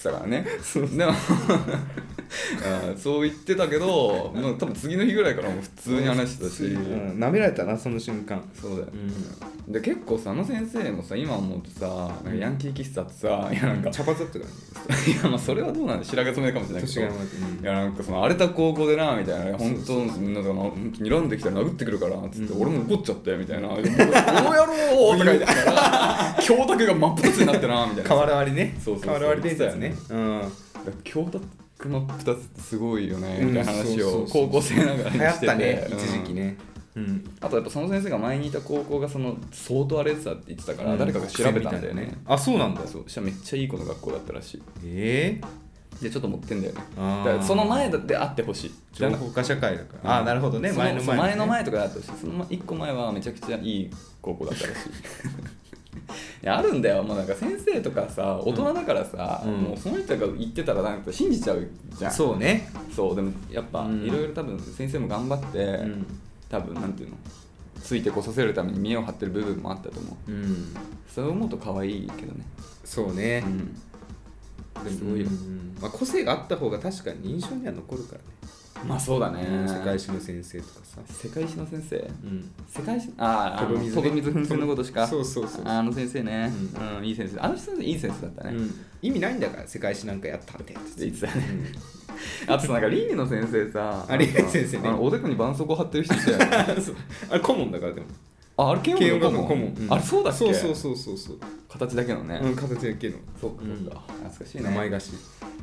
S2: たからねでも うんそう言ってたけどもう多分次の日ぐらいからもう普通に話してたし、
S1: うん、舐められたなその瞬間
S2: そうだよ、
S1: う
S2: で結構さあの先生もさ今思うとさなんかヤンキー喫茶ってさいやなんか
S1: 茶髪だったからね
S2: いやまあそれはどうなん白髪染めかもしれない
S1: 年
S2: け
S1: が
S2: ど
S1: 上手くうん
S2: いやなんかその荒れた高校でなみたいな
S1: そう
S2: 本当みんながな睨んできたら殴ってくるからっつって、
S1: うん
S2: 俺も怒っちゃったよみたいな「この野郎!」とか言ってたら 教託が真っ二つになってなみたいな
S1: 瓦割りね
S2: そうそうそう
S1: 瓦割り伝説ねうん
S2: 教託真っ二つってすごいよねみたいな話
S1: うんそ
S2: を
S1: うそうそう
S2: 高校生ながら
S1: 流
S2: に
S1: 行
S2: し
S1: ってた
S2: て
S1: ね
S2: うん
S1: 一時期ねうん
S2: あとやっぱその先生が前にいた高校がその相当荒れてたって言ってたから、
S1: うん
S2: 誰かが調べたんだよね
S1: あそうなんだ
S2: そうそしたらめっちゃいい子の学校だったらし
S1: ええ
S2: いでちょっと持ってんだよね
S1: あー
S2: だからその前であってほしい
S1: 情報化社会だから
S2: うん
S1: ー
S2: そ
S1: 前の
S2: そう
S1: 前
S2: 前の
S1: ね
S2: 前とかだったしその1個前はめちゃくちゃいい高校だったら しいいやあるんだよもうなんか先生とかさ大人だからさ、
S1: うん
S2: もうその人が言ってたらなんか信じちゃうじゃん
S1: そうね
S2: そうでもやっぱ
S1: うん
S2: いろいろ多分先生も頑張って、
S1: うん
S2: 多分なんていうのついてこさせるために見栄を張ってる部分もあったと思う
S1: うん
S2: そう思うと可愛いけどね
S1: そうね
S2: うん
S1: です
S2: ごいよ
S1: まあ個性があった方が確かに印象には残るからね
S2: まあそうだね
S1: 世界史の先生とかさ
S2: 世界史の先生
S1: うん
S2: 世界史ああ
S1: 飛ぶ水ね
S2: 飛ぶ水噴水のことしか
S1: そうそうそう
S2: あの先生ね、
S1: う
S2: うんいい先生あの先生いい先生だったね、
S1: う
S2: っ
S1: ん意味ないんだから世界史なんかやったって
S2: て言ってたねあとさなんか倫理の先生さ
S1: あ倫理の先生ね
S2: あのおでこに絆創膏貼ってる人いたよね
S1: そうあれ顧問だからでも
S2: あ あれ慶
S1: 慶
S2: 応
S1: 応
S2: の
S1: 学の
S2: 顧問
S1: 顧問、ん
S2: あれそうだっけ
S1: そうそうそうそうそう
S2: 形だけのね、
S1: うん形だけの
S2: そうかそうか、懐かしいね
S1: 名前がし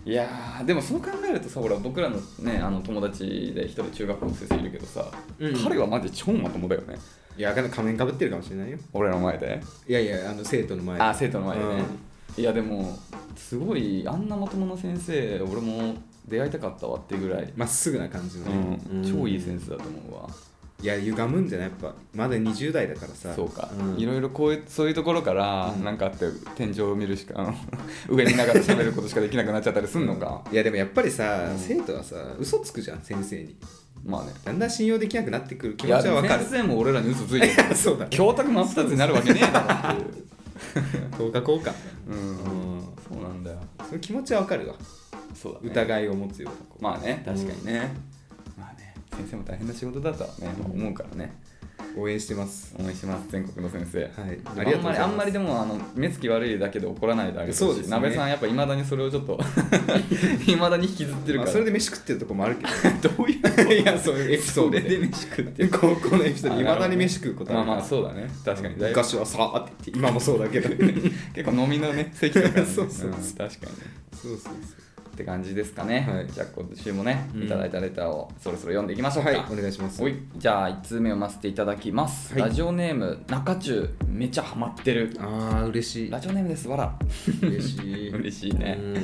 S2: いやーでもそう考えるとさほら僕らのねあの友達で一人中学校の先生いるけどさ、
S1: うん
S2: 彼はマジで超まともだよね
S1: いやわかんない仮面かぶってるかもしれないよ
S2: 俺らの前で、
S1: いやいやあの生徒の前で
S2: あ生徒の前でね、いやでもすごいあんなまともな先生俺も出会いたかったわってぐらい
S1: まっすぐな感じのね、
S2: うん、超いいセンスだと思うわ、
S1: いや歪むんじゃないやっぱまだ20代だからさ
S2: そうか、
S1: ん
S2: いろいろこういうそういうところから
S1: うん
S2: なんかあって天井を見るしかあ の上見ながら喋ることしかできなくなっちゃったりすんのか、
S1: いやでもやっぱりさ、
S2: うん
S1: 生徒はさ嘘つくじゃん先生に
S2: まあね
S1: だんだん信用できなくなってくる気
S2: い
S1: 持
S2: や
S1: ち
S2: で
S1: は
S2: も
S1: わかる
S2: 先生も俺らに嘘ついてる
S1: そうだね
S2: 教託真っ二つになるわけねえだろっていう
S1: 等価交換
S2: う
S1: うんん
S2: そうなんだよ
S1: その気持ちはわかるわ
S2: そうだ、ね、
S1: 疑いを持つような子
S2: まあね確かにね、まあね先生も大変な仕事だとはね、まあ思うからね
S1: 応援してます
S2: 応援します全国の先生
S1: はい
S2: あんまりあんまりでもあの目つき悪いだけで怒らないであげてほしい
S1: そうですね
S2: 鍋さんやっぱいまだにそれをちょっと いまだに引きずってる
S1: ま
S2: か
S1: あそ
S2: ら、
S1: れで飯食ってるとこもある けど
S2: どういうこと
S1: いやそうエピソードで
S2: それで飯食ってる
S1: 高校のエピソードいまだに飯食うこと
S2: まあ
S1: から
S2: まあそうだね確かにだいぶ
S1: 昔はさーって言って今も そうだけど
S2: 結構飲みのね席とか、ね、
S1: そうそうそうん
S2: 確かにね
S1: そうそう
S2: って感じですかね、
S1: はい
S2: じゃあ今週もね、
S1: うん
S2: いただいたレターをそろそろ読んでいきましょ
S1: そうう
S2: か
S1: はいお願いします
S2: おいじゃあ1通目を読ませていただきます、
S1: はい
S2: ラジオネーム中中めちゃハマってる
S1: ああ嬉しい
S2: ラジオネームですわら
S1: 嬉しい
S2: 嬉しいね、
S1: うん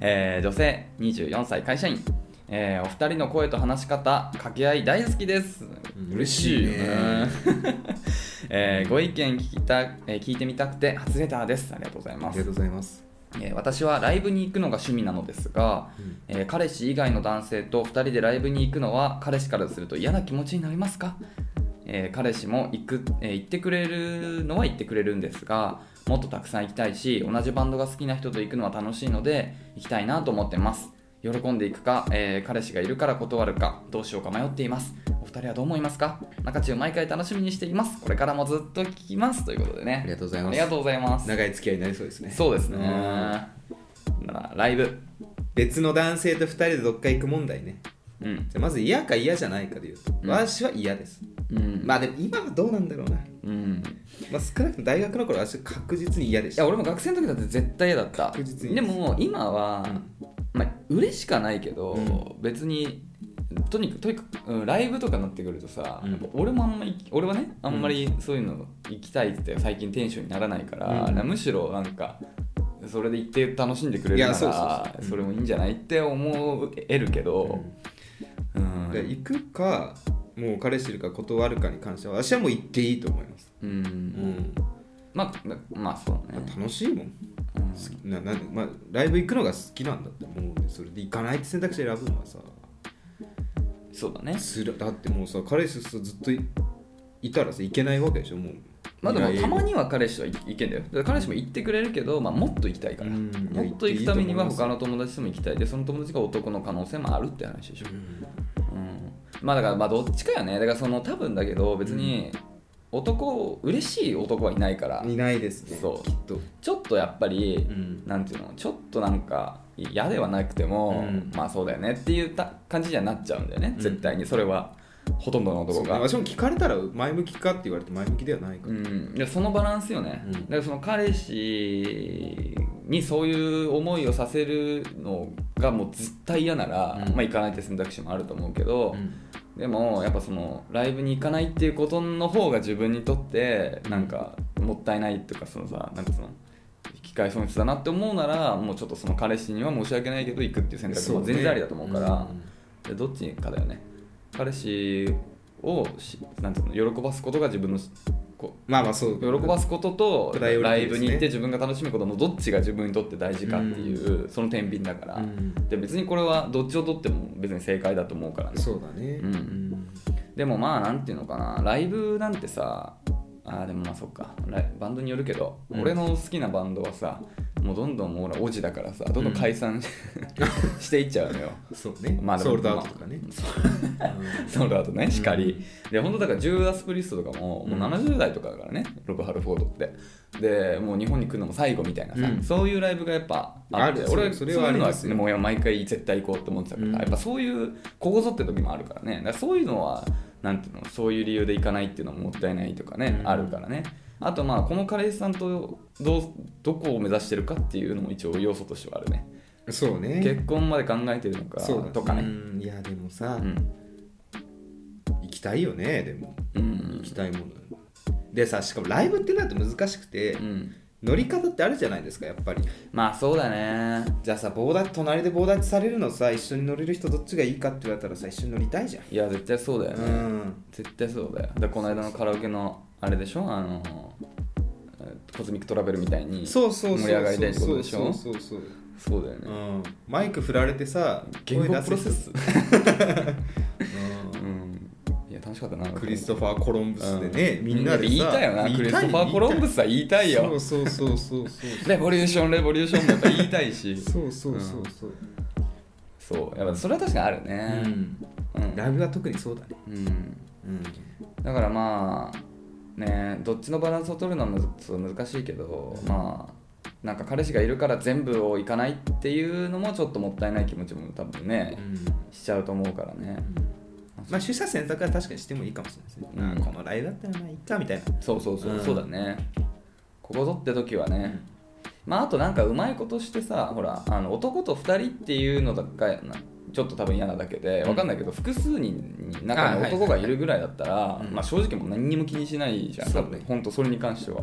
S2: えー女性24歳会社員、えーお二人の声と話し方掛け合い大好きです、
S1: うん
S2: ね えーご意見聞きた、えー聞いてみたくて初レターですありがとうござい
S1: あ
S2: ま
S1: り
S2: す
S1: がとうございます
S2: えー私はライブに行くのが趣味なのですが、
S1: うん
S2: えー彼氏以外の男性と2人でライブに行くのは彼氏からすると嫌な気持ちになりますか、えー彼氏も行く、えー行ってくれるのは行ってくれるんですがもっとたくさん行きたいし同じバンドが好きな人と行くのは楽しいので行きたいなと思ってます喜んでいくか、えー彼氏がいるから断るかどうしようか迷っていますお二人はどう思いますか中中毎回楽しみにしていますこれからもずっと聞きますということでね
S1: ありがとうございます
S2: ありがとうございます
S1: 長い付き合いになりそうですね
S2: そうですね。
S1: うん
S2: ならライブ。
S1: 別の男性と2人でどっか行く問題ね
S2: うん。
S1: じゃあまず嫌か嫌じゃないかで言うと、
S2: うん
S1: 私は嫌です
S2: うん
S1: まあでも今はどうなんだろうな、
S2: うん
S1: まあ、少なくとも大学の頃は私確実に嫌でし
S2: い
S1: た
S2: や俺も学生の時だって絶対嫌だった
S1: 確実に
S2: でも今は、まあ嬉しかないけど、
S1: う
S2: 別にとにかくとにかく、うん、ライブとかになってくるとさ、
S1: うん
S2: やっぱ俺もあんまり俺はねあんまりそういうの行きたいって最近テンションにならないから、
S1: うん
S2: むしろなんかそれで行って楽しんでくれる
S1: い
S2: な
S1: や
S2: ら
S1: そうそうそう
S2: それもいいんじゃないって思えるけ
S1: う
S2: ど、
S1: ん
S2: うん
S1: で行くかもう彼氏いるか断るかに関しては私はもう行っていいと思います、
S2: うん
S1: うん
S2: まあまあそうね、
S1: 楽しいもん
S2: うん
S1: 好きななんでまあ、ライブ行くのが好きなんだって思うんでそれで行かないって選択肢選ぶのはさ
S2: そうだね
S1: つらだってもうさ彼氏とずっといいたらさ行けないわけでしょもう
S2: まあで
S1: い
S2: も
S1: や
S2: たまには彼氏はい行けんだよだから彼氏も行ってくれるけど、まあ、もっと行きたいから、
S1: うん
S2: もっと行くためには他
S1: の
S2: の友達とも行きたいでその友達が男の可能性もあるって話でしょ、うん、まあだからまあどっちかよねだからその多分だけど別に男嬉しい男はいないから、
S1: いないですね
S2: そう
S1: きっと、
S2: ちょっとやっぱり、
S1: ん
S2: なんていうのちょっとなんか嫌ではなくても、
S1: うん
S2: まあそうだよねっていうた感じにはなっちゃうんだよね
S1: うん
S2: 絶対にそれはほとんどの
S1: そう
S2: 男
S1: ね
S2: が、
S1: 私も聞かれたら前向きかって言われて前向きではないか
S2: う
S1: ら、
S2: ん、いやそのバランスよね、
S1: うん
S2: だからその彼氏にそういう思いをさせるのがもう絶対嫌なら、
S1: うん
S2: まあ行かないって選択肢もあると思うけど、でもやっぱそのライブに行かないっていうことの方が自分にとってなんかもったいないとかそのさなんかその機会損失だなって思うならもうちょっとその彼氏には申し訳ないけど行くっていう選択も全然ありだと思うから。でどっちかだよね彼氏をしなんていうの喜ばすことが自分のしこ
S1: まあまあそう
S2: 喜ばすことと
S1: プライオリテ
S2: ラ
S1: ィ
S2: イ
S1: ですね
S2: ブに行って自分が楽しむことのどっちが自分にとって大事かっていう、その天秤だから、
S1: うん
S2: で別にこれはどっちをとっても別に正解だと思うからね
S1: そうだね
S2: うんでもまあなんていうのかなライブなんてさあーでもまあそっかライバンドによるけど、
S1: うん
S2: 俺の好きなバンドはさもうどんどんもう俺おじだからさどんどん解散、 していっちゃうのよ
S1: そうね、
S2: まあでも
S1: ソールドアウトとかね、
S2: その後ね、しかり。で、本当だから、ジューダス・プリストとかも、もう
S1: うん
S2: 70代とかだからね、ロブ・ハルフォードって。で、もう日本に来るのも最後みたいなさ、
S1: うん
S2: そういうライブがやっぱって
S1: ある
S2: 俺、
S1: そ
S2: そう
S1: れ
S2: れ
S1: は
S2: は
S1: あ
S2: あ
S1: り
S2: り
S1: ま
S2: ますす
S1: よ
S2: ね。もう毎回絶対行こうって思ってたから、
S1: うん
S2: やっぱそういう、ここぞって時もあるからね、だからそういうのは、なんていうの、そういう理由で行かないっていうのももったいないとかね、
S1: うん
S2: あるからね。あとまあこの彼氏さんとどうどこを目指してるかっていうのも一応要素としてはあるね
S1: うんそうね
S2: 結婚まで考えてるのか
S1: そうだ
S2: とか
S1: う
S2: ね
S1: んいやでもさ、
S2: うん
S1: 行きたいよねでも
S2: うん
S1: 行きたいもの、でさしかもライブってなると難しくて、
S2: うん
S1: 乗り方ってあるじゃないですかやっぱり
S2: まあそうだね
S1: じゃあさ棒立ち隣で棒立ちされるのさ一緒に乗れる人どっちがいいかって言われたらさ一緒に乗りたいじゃん
S2: いや絶対そうだよ
S1: う
S2: ね、
S1: ん
S2: 絶対そうだよだからこの間のカラオケのあれでしょあのえーコズミックトラベルみたいに
S1: そうそうそう
S2: 盛り上がりたいってことでし
S1: そ
S2: ょ
S1: うそうそうそう
S2: そうだよ
S1: う
S2: ね
S1: んマイク振られてさ
S2: 言語
S1: 声出
S2: プロセ
S1: す
S2: ス
S1: 人
S2: うんいや楽しかったな
S1: うんクリストファー・コロンブスでね、みんなでさ
S2: 言いたいよなクリストファー・コロンブ
S1: ス
S2: スは言いたいよ
S1: そうそうそうそうそう
S2: レボリューションレボリューションもやっぱ言いたいし
S1: そうそうそうそう、
S2: そうやっぱそれは確かにあるねうん、うん
S1: ライブは特にそうだね、うん、
S2: だからまあねどっちのバランスを取るのはむずそう難しいけどまあなんか彼氏がいるから全部をいかないっていうのもちょっともったいない気持ちも多分ねしちゃうと思うからね
S1: まあ取捨選択は確かにしてもいいかもしれないですね、
S2: うん
S1: あこのライブだったらまあいいかみたいな
S2: そうそうそう、
S1: うん
S2: そうだねここぞって時はね、まああとなんかうまいことしてさほらあの男と2人っていうのだかなちょっと多分嫌なだけでわかんないけど複数人の中に男がいるぐらいだったら
S1: いうん
S2: まあ正直もう何にも気にしないじゃん
S1: そ
S2: 多
S1: うね
S2: 分本当それに関しては、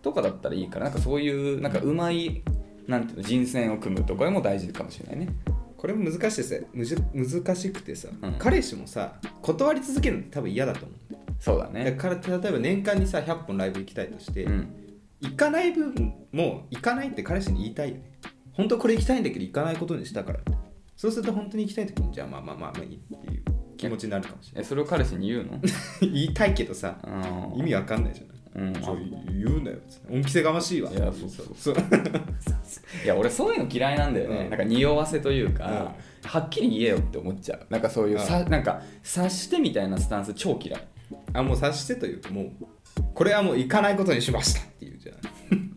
S2: とかだったらいいからなんかそういうなんかうまいなんていうの人選を組むとかも大事かもしれないね
S1: これも難しいですねむず難しくてさ、
S2: うん
S1: 彼氏もさ断り続けるのって多分嫌だと思うんだよ
S2: そうだね
S1: だから例えば年間にさ100本ライブ行きたいとして、
S2: うん
S1: 行かない分もう行かないって彼氏に言いたいよね本当はこれ行きたいんだけど行かないことにしたからってそうすると本当に行きたい時にじゃあまあまあまあまあいいっていう気持ちになるかもしれ
S2: えそれを彼氏に言 うの
S1: ない言いたいけどさ
S2: うん
S1: 意味わかんないじゃない
S2: うん
S1: そう言うなよ別に恩着せがましいわ
S2: いやそうそう
S1: そう
S2: いや俺そういうの嫌いなんだよね、
S1: うん
S2: なんか匂わせというか、はっきり言えよって思っちゃうなんかそういうさ、なんか察してみたいなスタンス超嫌い
S1: あもう察してというかもうこれはもう行かないことにしましたっていうじゃない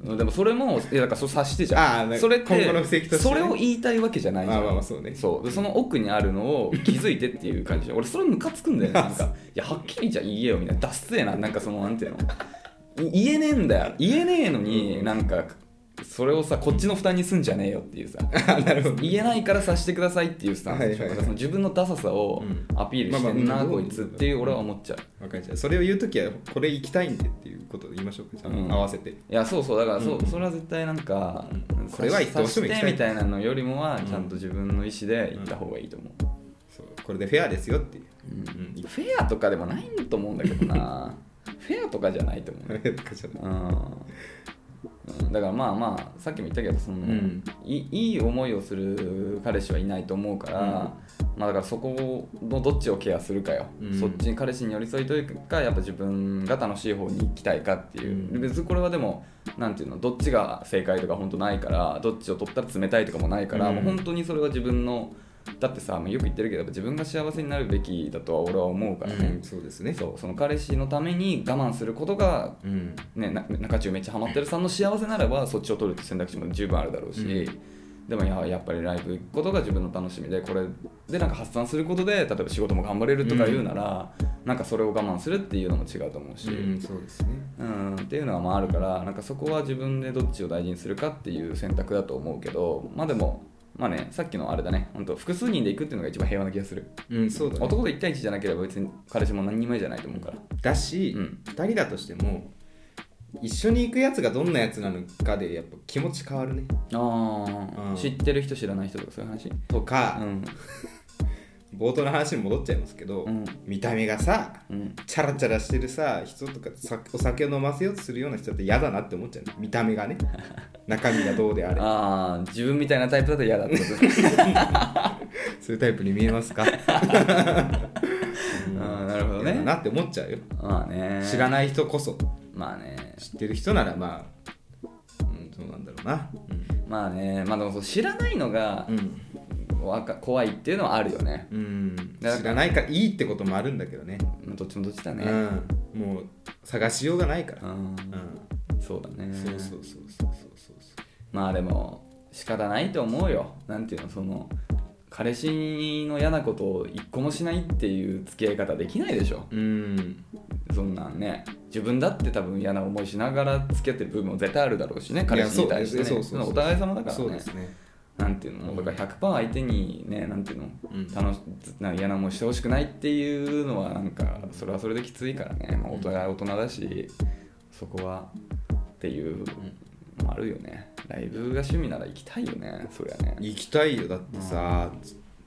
S2: うんでもそれもいやだからそれ察してじ
S1: ああな
S2: ゃ
S1: ん
S2: ん
S1: か
S2: それって
S1: 今後の布石としてね
S2: それを言いたいわけじゃないじゃ
S1: ま
S2: ん、
S1: あまあまあそうね
S2: そうでその奥にあるのを気づいてっていう感じで俺それムカつくん だよねなんかいやはっきりじゃ言えよみたいな脱せえななんかそのなんていうのい言えねえんだよ言えねえのになんかそれをさこっちの負担にすんじゃねえよっていうさ
S1: なるほど
S2: 言えないから察してくださいっていうスタンスでしょ、
S1: はいはいはい
S2: だからその自分のダサさをアピールしてん
S1: まあま
S2: な、
S1: あ
S2: こいつっていう俺は思っちゃう
S1: わかりましたそれを言うときはこれ行きたいんでっていうことで言いましょうかじゃあ、
S2: うん
S1: 合わせて
S2: いやそうそうだからそう、
S1: うん
S2: それは絶対なんか、
S1: うんこれは言って
S2: さ
S1: ほしい
S2: してみたいなのよりもは
S1: うん
S2: ちゃんと自分の意思で行った方がいいと思う、
S1: そうこれでフェアですよっていう、うん
S2: フェアとかでもないと思うんだけどなフェアとかじゃないと思う、
S1: フェアとかじゃない
S2: うん、だからまあまあさっきも言ったけどその、
S1: ん
S2: いいい思いをする彼氏はいないと思うから、
S1: うん
S2: まあだからそこのどっちをケアするかよ、
S1: うん
S2: そっちに彼氏に寄り添いというかやっぱ自分が楽しい方に行きたいかっていう、
S1: うん
S2: 別にこれはでもなんていうのどっちが正解とか本当ないからどっちを取ったら冷たいとかもないから、
S1: うん
S2: もう本当にそれは自分のだってさもうよく言ってるけどやっぱ自分が幸せになるべきだとは俺は思うから
S1: う
S2: ね
S1: ん、、そうですね
S2: そうその彼氏のために我慢することが
S1: うん
S2: ね、な中中めっちゃハマってるさんの幸せならばそっちを取るって選択肢も十分あるだろうし、でもややっぱりライブ行くことが自分の楽しみでこれでなんか発散することで例えば仕事も頑張れるとか言うなら、なんかそれを我慢するっていうのも違うと思うし、うん
S1: ん、そうですね
S2: っていうのはまああるからなんかそこは自分でどっちを大事にするかっていう選択だと思うけどまあでも。まあね、さっきのあれだね本当複数人で行くっていうのが一番平和な気がする、
S1: うんそうだ、ね、
S2: 男と1対1じゃなければ別に彼氏も何人もいいじゃないと思うから
S1: だし、
S2: うん
S1: 2人だとしても一緒に行くやつがどんなやつなのかでやっぱ気持ち変わるね
S2: ああ、
S1: うん
S2: 知ってる人知らない人とかそういう話
S1: とか、
S2: うん
S1: 冒頭の話に戻っちゃいますけど、
S2: うん
S1: 見た目がさ
S2: うん
S1: チャラチャラしてるさ人とかさお酒を飲ませようとするような人って嫌だなって思っちゃうね見た目が ね中身がどうであれ
S2: ああ自分みたいなタイプだと嫌だってこと
S1: そういうタイプに見えます か
S2: あーなるほどね
S1: 嫌だなって思っちゃうよ
S2: まあね
S1: 知らない人こそ
S2: まあね
S1: 知ってる人ならまあ、うん、そうなんだろうな
S2: まあねまあでもそう知らないのが
S1: うん、うん
S2: わか怖いっていうのはあるよね
S1: うん、
S2: だから
S1: 知らないからいいってこともあるんだけどね
S2: どっちもどっちだ
S1: う
S2: ね
S1: ん、もう探しようがないから、
S2: うん
S1: うん
S2: そうだね
S1: そうそうそうそうそうそう
S2: まあでも仕方ないと思うよなんていうのその彼氏の嫌なことを一個もしないっていう付き合い方できないでしょ
S1: うん
S2: そんなんね自分だって多分嫌な思いしながら付き合ってる部分も絶対あるだろうしね彼氏に対して、ね、
S1: いやそうですそうそうそう
S2: お互い様だからね
S1: そうですね
S2: なんていうのもうだから100%相手にねなんていうの、
S1: うん
S2: 楽しなんか嫌な思いしてほしくないっていうのはなんかそれはそれできついからね、まあ、お互い大人だしそこはっていうのもあるよねライブが趣味なら行きたいよねそりゃね
S1: 行きたいよだってさ、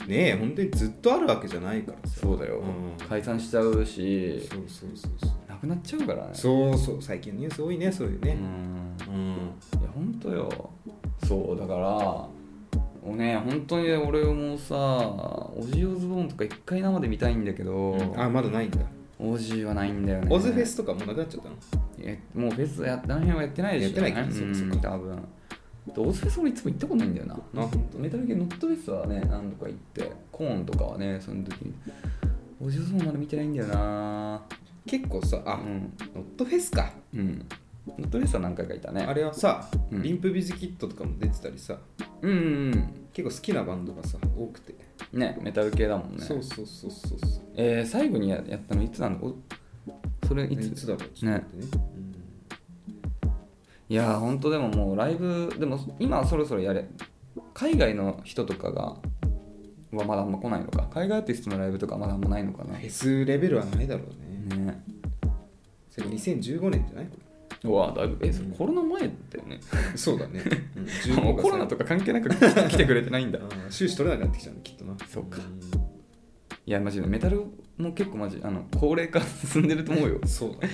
S1: ねえ本当にずっとあるわけじゃないからさ
S2: そうだよ、
S1: うん
S2: 解散しちゃうし
S1: そうそうそうそう
S2: なくなっちゃうからね
S1: そうそう最近ニュース多いねそういう
S2: う
S1: ね
S2: ん
S1: うん
S2: いや本当よそうだからもうね本当に俺もさオジーオズボーンとか一回生で見たいんだけど、
S1: あまだないんだ
S2: オジーはないんだよね
S1: オズフェスとかもうなくなっちゃったの
S2: えもうフェスやあの辺はやってないでしょ
S1: やってないか
S2: うん
S1: そうかそうか
S2: 多分でオズフェス俺いつも行ったことないんだよな
S1: あ本当
S2: メタル系ノットフェスはね何度か行ってコーンとかはねその時にオジーオズボーンまだ見てないんだよな
S1: 結構さあ、
S2: うん
S1: ノットフェスか
S2: うんノットフェスは何回かいたね
S1: あれはさ、
S2: うん
S1: リンプビズキットとかも出てたりさ
S2: うんうん
S1: 結構好きなバンドがさ多くて、
S2: うんねメタル系だもんね
S1: そうそうそうそうそう
S2: えー、最後にややったのいつなんだおそれい
S1: い
S2: つ
S1: つだろうちょっと待ってね
S2: いやー本当でももうライブでも今はそろそろやれ海外の人とかがはまだあんま来ないのか海外アーティストのライブとかまだあんまないのかな
S1: フェスレベルはないだろうね
S2: ね
S1: それ2015年じゃないう
S2: わだいぶえそれコロナ前だよね
S1: そうだね、うん、15
S2: もうコロナとか関係なく 来てくれてないんだ
S1: あー収支取れなくなってきちゃうのきっとな
S2: そうか
S1: ん
S2: いやマジでメタルも結構マジあの高齢化進んでると思うよ
S1: そうだね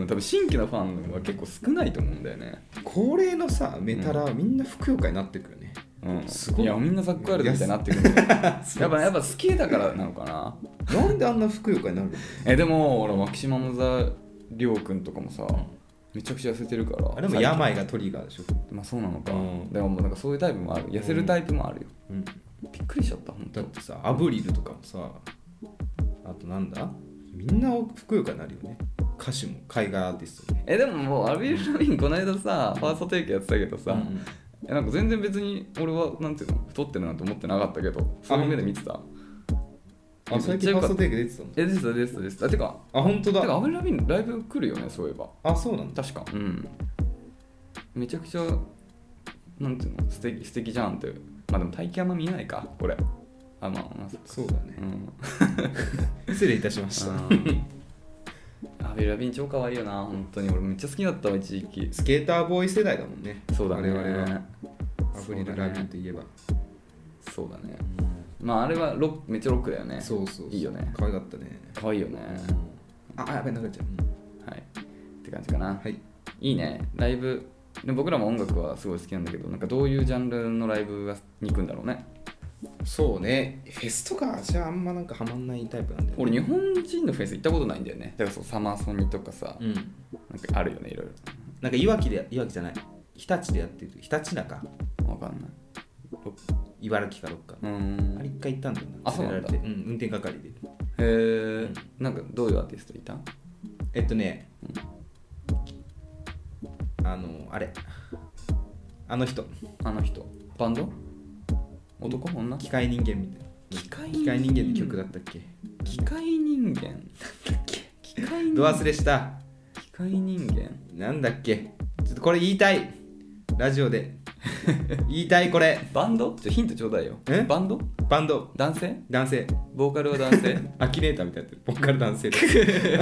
S2: うん多分新規のファンは結構少ないと思うんだよね
S1: 高齢のさメタラはみんなふくよかになってくるね、
S2: うん
S1: すごい
S2: いやみんなサッカーワールドみたいにな ってくるやっぱやっぱ好きだからなのかな
S1: なんであんなふくよかになるの
S2: えでも俺マキシマムザリョウ君とかもさめちゃくちゃ痩せてるから
S1: あれも
S2: 最近
S1: 病がトリガーでしょ、
S2: まあそうなのか、
S1: うん
S2: でももうなんかそういうタイプもある痩せるタイプもあるよ、
S1: うん、
S2: びっくりしちゃった本当
S1: だってさアブリルとかもさあとなんだみんなふくよかになるよね歌詞も絵画ですよね
S2: えでももうアビエル・ラビーンこの間さファーストテイクやってたけどさ、
S1: うん
S2: えなんか全然別に俺はなんていうの太ってるなんて思ってなかったけどそういう目で見てた
S1: あ最近ファーストテイク出てたの
S2: えでしたでしたでしたてか
S1: あ本当
S2: てか
S1: だ
S2: アビエル・ラビーンライブ来るよねそういえば
S1: あそうなんだ
S2: 確かうんめちゃくちゃなんていうの素敵素敵じゃんってまあでも体型あんま見えないかこれあまあまあそ
S1: そうだ
S2: う
S1: ね
S2: ん
S1: 失礼いたしました
S2: アビエル・ラビーン超可愛いよな本当に俺めっちゃ好きだったわ一時期
S1: スケーターボーイ世代だもんね
S2: そうだね
S1: 我々はアフ
S2: そう
S1: リ
S2: だね
S1: ル・ラビーンといえば
S2: そうだねまああれはロックめっちゃロックだよね
S1: そうそうそう
S2: いいよね
S1: 可愛かったね
S2: 可愛いよね
S1: ああやべえ流れちゃううん
S2: はいって感じかな
S1: はい
S2: いいねライブで僕らも音楽はすごい好きなんだけどなんかどういうジャンルのライブがに行くんだろうね
S1: そうねフェスとかじゃあんまなんかハマんないタイプなんだよね
S2: 俺日本人のフェス行ったことないんだよねだからそうサマソニとかさ、
S1: うん
S2: なんかあるよねいろい
S1: なんかいわきでいわきじゃない日立でやってるひたちなか
S2: ろわかんない
S1: 茨城かどっか
S2: うー
S1: あれ
S2: ん
S1: 一回行ったんだよ
S2: あそうなんだ
S1: 忘れられてうん運転係で
S2: へえんかどういうアーティストいた
S1: えっとね、あのあれあの人
S2: あの人バンド男女
S1: 機械人間みたいな
S2: 機械
S1: 機械人間の曲だったっけ
S2: 機械人間機械人
S1: ど忘れした
S2: 機械人間
S1: なんだっけちょっとこれ言いたいラジオで 言いたいこれ
S2: バンドちょヒントちょうだいよ
S1: え
S2: バンド
S1: バンド
S2: 男性
S1: 男性
S2: ボーカルは男 性
S1: アキネーターみたいになってるボーカル男性 で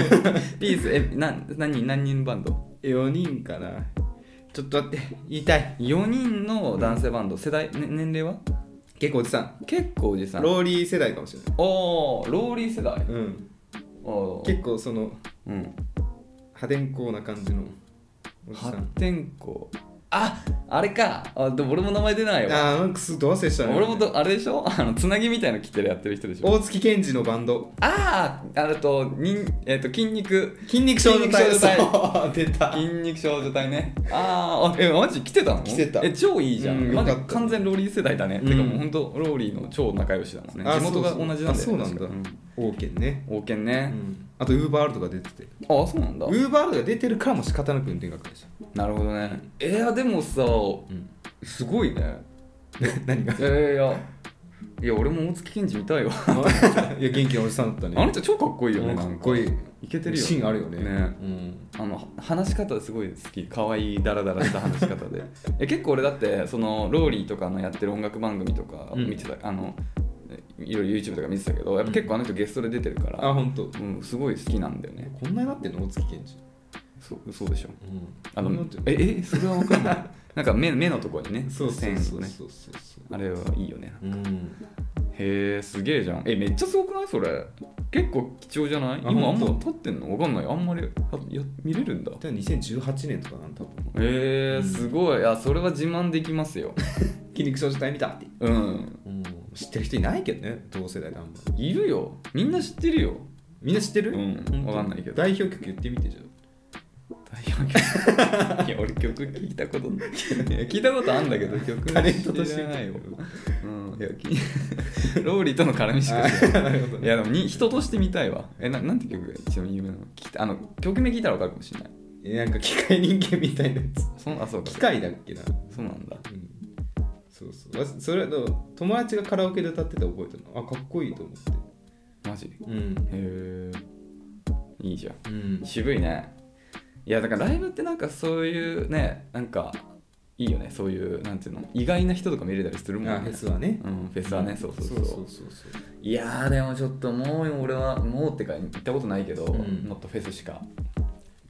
S2: ピースえな何人何人バンド
S1: 4人かなちょっと待って言いたい
S2: 4人の男性バンド、世代、ね、年齢は
S1: 結構おじさん
S2: 結構おじさん
S1: ローリー世代かもしれない
S2: おーローリー世代
S1: うん、
S2: おー
S1: 結構その
S2: うん
S1: 破天荒な感じのおじさ
S2: 発
S1: ん
S2: 展校ああれかあでも俺も名前出ないわ
S1: あーなんかすどうせしたね
S2: 俺もどあれでしょ あのつなぎみたいの切ってるやってる人でしょ
S1: 大月健二のバンド
S2: あああれとにん、えっと筋肉
S1: 筋肉
S2: 少女隊
S1: そう 出た
S2: 筋肉少女隊ねあーあえマジ来てたの
S1: 来てた
S2: え超いいじゃん、
S1: うん
S2: まだ
S1: よかった
S2: 完全ローリー世代だね、
S1: うん
S2: てかもう本当ローリーの超仲良しだもんね
S1: あ
S2: 地元が
S1: そ
S2: 同
S1: うそう
S2: じ
S1: あ
S2: なんだよね
S1: そうなんだ
S2: 確か
S1: 王権ね、
S2: うん王権
S1: う
S2: ね、
S1: ん、あとウーバーアールとか出てて
S2: あそうなんだ
S1: ウーバーアールが出てるからも仕方なく運転学でし
S2: なるほどねいやでもさ
S1: た、うん、
S2: すごいね
S1: 何が
S2: いやいやいやいや俺も大月健二見たいわ
S1: いや元気なおじさんだったね
S2: あの人超かっこいいよね
S1: うん
S2: なん
S1: かっこいい
S2: いけてるよ
S1: シーンあるよねうん、
S2: あの話し方すごい好き可愛いダラダラした話し方 でえ結構俺だってそのローリーとかのやってる音楽番組とか見てた、あのえいろいろ YouTube とか見てたけどやっぱ結構あの人ゲストで出てるか
S1: あ
S2: ら、
S1: 本当。
S2: うんすごい好きなんだよね
S1: こんなになってんの大月健
S2: そうそうでしょ
S1: 二、うん、こんな
S2: あの
S1: になってんの
S2: ええそれは分かん ないなんか目目のとこにね
S1: そうそう
S2: 線
S1: そ
S2: を
S1: う
S2: ね
S1: そうそうそう
S2: あれはいいよね
S1: うん
S2: へえすげえじゃんえめっちゃすごくないそれ結構貴重じゃない
S1: あ
S2: 今あんま
S1: 本当
S2: 撮ってんの分かんないあんまりあや見れるんだ
S1: 多分2018年とかな多分
S2: え
S1: うん
S2: ー、すごいあそれは自慢できますよ
S1: 筋肉少女隊見たって、
S2: うん
S1: うん、知ってる人いないけどね同世代であんまり
S2: いるよみんな知ってるよ
S1: みんな知ってる
S2: うん
S1: 本当
S2: わかんないけど
S1: 代表曲言ってみてじゃん
S2: 代表曲 いや俺曲聞いたことないいや聞いたことあんだけど曲
S1: タレントとして
S2: 知らないよ、うん、いやきローリーとの絡みしか知らない
S1: なるほど
S2: いやでもに人として見たいわえななんて曲が一番有名なの聞いたあの曲名聞いたらわかるかもしれない
S1: えなんか機械人間みたいなや
S2: そんあそう
S1: つ
S2: か
S1: 機械だっけな、
S2: そうなんだ
S1: うん、そうそうわそれは友達がカラオケで歌ってて覚えたのあかっこいいと思って
S2: マジへ
S1: うん、
S2: えいいじゃん
S1: うん、
S2: 渋いねいやだからライブってなんかそういうねなんかいいよねそういうなんていうの意外な人とか見れたりするもんね
S1: あフェスはね
S2: うん、フェスはね、そうそうそう
S1: そうそうそう
S2: いやーでもちょっともう俺はもうってか行ったことないけど、
S1: うん
S2: もっとフェスしか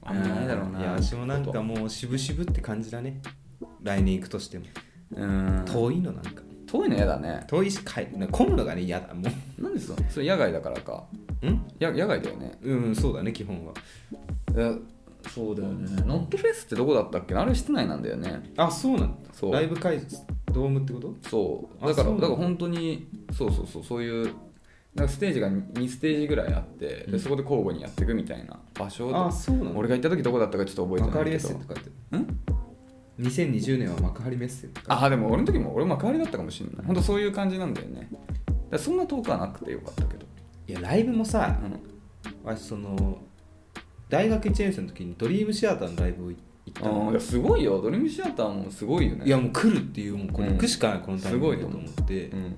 S2: あんまないだろうない
S1: や私もなんかもう渋々って感じだね来年行くとしても
S2: うん遠
S1: 遠いのなんか
S2: いの嫌だね
S1: 遠いし帰るなんか混むのがね嫌だも
S2: なんでそそれ野外だからか
S1: ううん
S2: や野外だよね
S1: うんそうだね基本は
S2: えそうだよねノットフェスってどこだったっけあれ室内なんだよね
S1: あそうなんだ
S2: そう
S1: ライブ会場ドームってこと
S2: そう
S1: あ
S2: だから
S1: そうなん
S2: だ
S1: だ
S2: から本当にそうそうそうそういうなんかステージが 2, ステージぐらいあって、
S1: う
S2: で
S1: ん
S2: そこで交互にやっていくみたいな場所と
S1: あそうなんだ
S2: 俺が行った時どこだったかちょっと覚えて
S1: 幕
S2: ない
S1: 張メ
S2: け
S1: ッセ
S2: ど
S1: って書いてる
S2: ん
S1: 2020年は幕張メッセって書いてあ
S2: あでも俺の時も俺幕張だったかもしれない本当そういう感じなんだよねだからそんな遠くはなくてよかったけど、
S1: るいやライブもさ
S2: うん
S1: あその大学1年生の時にドリームシアターのライブを行った
S2: あ
S1: の
S2: あすごいよドリームシアターもすごいよね
S1: いやもう来るっていうもうこれ行くしかない、このタイミング
S2: す
S1: で
S2: ご
S1: と
S2: いよ
S1: 思って
S2: う
S1: 行
S2: ん
S1: っ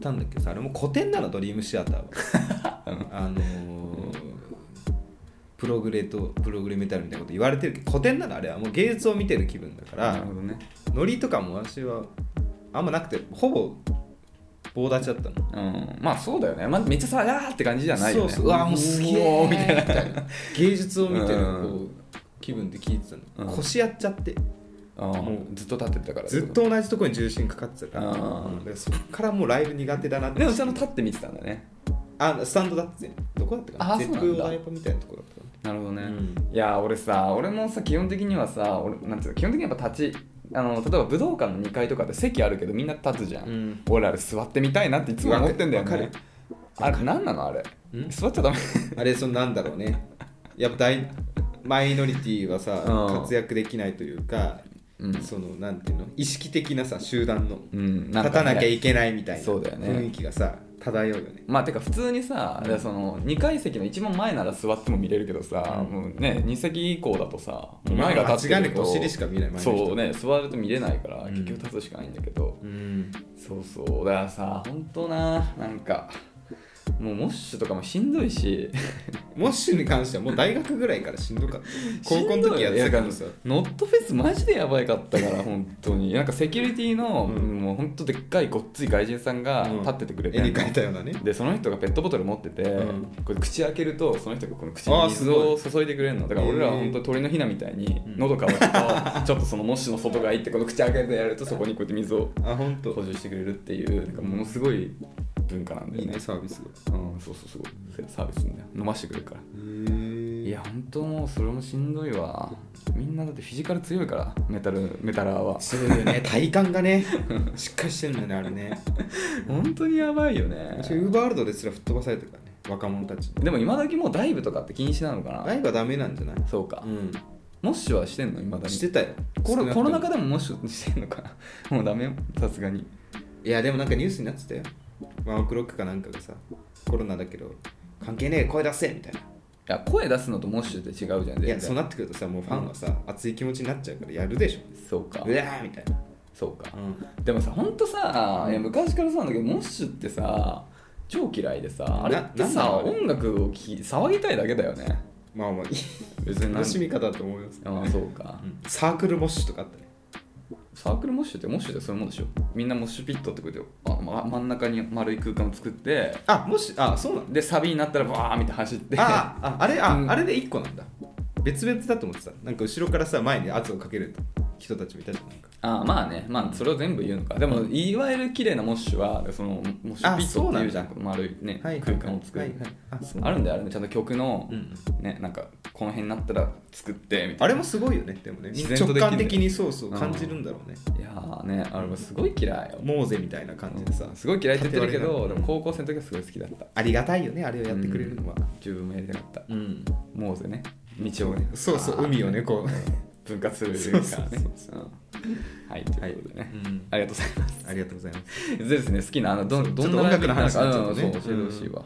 S1: たんだけどさあれも古典なのドリームシアター はあのープログレとプログレメタルみたいなこと言われてるけど古典なのあれはもう芸術を見てる気分だか
S2: なる
S1: ら
S2: ほどね
S1: ノリとかも私はあんまなくてほぼ棒立ちだったの
S2: うんまあそうだよね、まあ、めっちゃさあーって感じじゃないよね
S1: そうそううわもうすげ
S2: お
S1: え
S2: ーみたいな
S1: たいな芸術を見てる
S2: うん
S1: こう気分で聞いてたの、
S2: うん
S1: 腰やっちゃって
S2: あー
S1: も
S2: ずっと立ってたから
S1: ずっと同じところに重心かかってたから,、
S2: あー
S1: うんだからそっからもうライブ苦手だなって
S2: でもちゃんと立って見てたんだね
S1: あスタンドだってどこだったかな
S2: あー
S1: 絶
S2: そうなんだ
S1: プライパみたいなところだったか
S2: なるほどね、
S1: うん
S2: いやー俺さ俺もさ基本的にはさ俺なんていうの基本的にやっぱ立ちあの例えば武道館の2階とかって席あるけどみんな立つじゃん、
S1: うん
S2: 俺あれ座ってみたいなっていつも思ってんだよ
S1: わかるわ
S2: ね
S1: か
S2: あれ何なのあれ
S1: ん
S2: 座っちゃダメ
S1: なあれそのなんだろうねやっぱ大マイノリティはさ
S2: うん
S1: 活躍できないというか、
S2: うん
S1: そのなんていうの意識的なさ集団の
S2: うんん
S1: 立
S2: か
S1: た
S2: ね
S1: なきゃいけないみたいな
S2: そうだよね
S1: 雰囲気がさ漂うよね
S2: まあてか普通にさ、でその2階席の一番前なら座っても見れるけどさ、
S1: うん
S2: もうね2席以降だとさもう前が立って
S1: 間違い
S2: る
S1: なく
S2: と
S1: お尻しか見ない前の人
S2: そうね座ると見れないから、
S1: うん
S2: 結局立つしかないんだけど
S1: うん
S2: そうそうだからさ本当ななんかもうモッシュとかもしんどいし
S1: モッシュに関してはもう大学ぐらいからしんどかった 高校の時やってたからさ
S2: ノットフェスマジでやばいかったから本当になんかセキュリティの、
S1: うん
S2: もう本当でっかいごっつい外人さんが
S1: うん
S2: 立っててくれて
S1: 絵
S2: んの、
S1: に描いたようなね
S2: でその人がペットボトル持ってて、
S1: うん
S2: これ口開けるとその人がこの口
S1: あ
S2: に
S1: ー
S2: 水を注いでくれるのだから俺らは
S1: へー
S2: 本当鳥のひなみたいに
S1: うん
S2: 喉乾くとちょっとそのモッシュの外側行ってこの口開けてやるとそこにこうやって水を
S1: あ本当
S2: 補充してくれるっていうなんかものすごい文化なんだ
S1: い
S2: よ
S1: い
S2: ね
S1: ねサービスが
S2: うんそうそうすごいサービスなんだよ飲ましてくれるから
S1: へ
S2: いや本当もうそれもしんどいわみんなだってフィジカル強いからメタルメタラーは
S1: すごいよね体幹がねしっかりしてるんだねあれね
S2: 本当にやばいよね
S1: 私ウーバーワールドですら吹っ飛ばされてるからね若者たちに
S2: でも今時もうダイブとかって禁止なのか
S1: ラ
S2: な
S1: イブはダメなんじゃない
S2: そうか
S1: う
S2: モッシュはしてんの今
S1: ん
S2: だに
S1: してたよ
S2: コロコロナ禍
S1: で
S2: でもモッシュしてんのかな もうダメよさすがに
S1: いやでもなんかニュースになってたよワンオクロックかなんかがさコロナだけど関係ねえ声出せみたいない
S2: や声出すのとモッシュって違うじゃん全
S1: いや
S2: 然
S1: そうなってくるとさもうファンはさ、熱い気持ちになっちゃうからやるでしょ
S2: そうか
S1: うわーみたいな、
S2: そうか
S1: うん、
S2: でもさほんとさいや昔からそうなんだけどモッシュってさ超嫌いでさあれって
S1: なな
S2: さ
S1: んなの
S2: 音楽をき騒ぎたいだけだよね
S1: まあまあいい
S2: 別に
S1: 楽しみ
S2: か
S1: 方だと思います、
S2: ああそうか
S1: うんサークルモッシュとかあったね
S2: サークルモッシュってモッシュってそういうもんでしょみんなモッシュピットってことよあ、ま、真ん中に丸い空間を作って
S1: あもしあそうなんだ
S2: でサビになったらバーみたいな走って
S1: あああれあ,、
S2: うん
S1: あれで1個なんだ別々だと思ってたなんか後ろからさ前に圧をかける人たちみたいじゃんなんか
S2: ああまあねまあそれを全部言うのかでもいわゆる綺麗なモッシュはそのモッシュピットっていうじゃん
S1: あそ
S2: 丸いね、
S1: はい
S2: 空間を作る、
S1: はいはいあそう
S2: あるんだよあれねちゃんと曲の、
S1: うん
S2: ねなんかこの辺になったら作ってみた
S1: あ
S2: い
S1: れもすごいよねでもね
S2: 自然
S1: 直
S2: とできる
S1: 感
S2: ね
S1: 的にそうそう
S2: うん
S1: 感じるんだろうね、
S2: ないやーねあれもすごい嫌い
S1: モーゼみたいな感じでさ、
S2: すごい嫌いって言ってるけど
S1: 縦割りな
S2: でも高校生の時はすごい好きだった
S1: ありがたいよねあれをやってくれるのは
S2: 自分もやりたかった
S1: うん、
S2: モーゼね道をね
S1: そうそ
S2: あー
S1: う海をねこう、
S2: 分割するという
S1: そ
S2: か
S1: う
S2: ね
S1: そう
S2: うんはいということでね、ありがとうございます
S1: ありがとうございます
S2: でですね、好きなあのど
S1: そうん
S2: どん
S1: ちょっ
S2: な
S1: と音楽の話に
S2: ライ
S1: なっち
S2: ブ
S1: ゃう
S2: 行
S1: と
S2: った
S1: ね
S2: のかうんそう教えてほしいわ、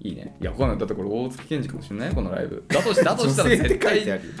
S2: いいねいやわかんないだってこれ大月健二かもしれないよこのライブだとしだとしたら
S1: 女性
S2: 絶
S1: って書
S2: 対
S1: いてあるよ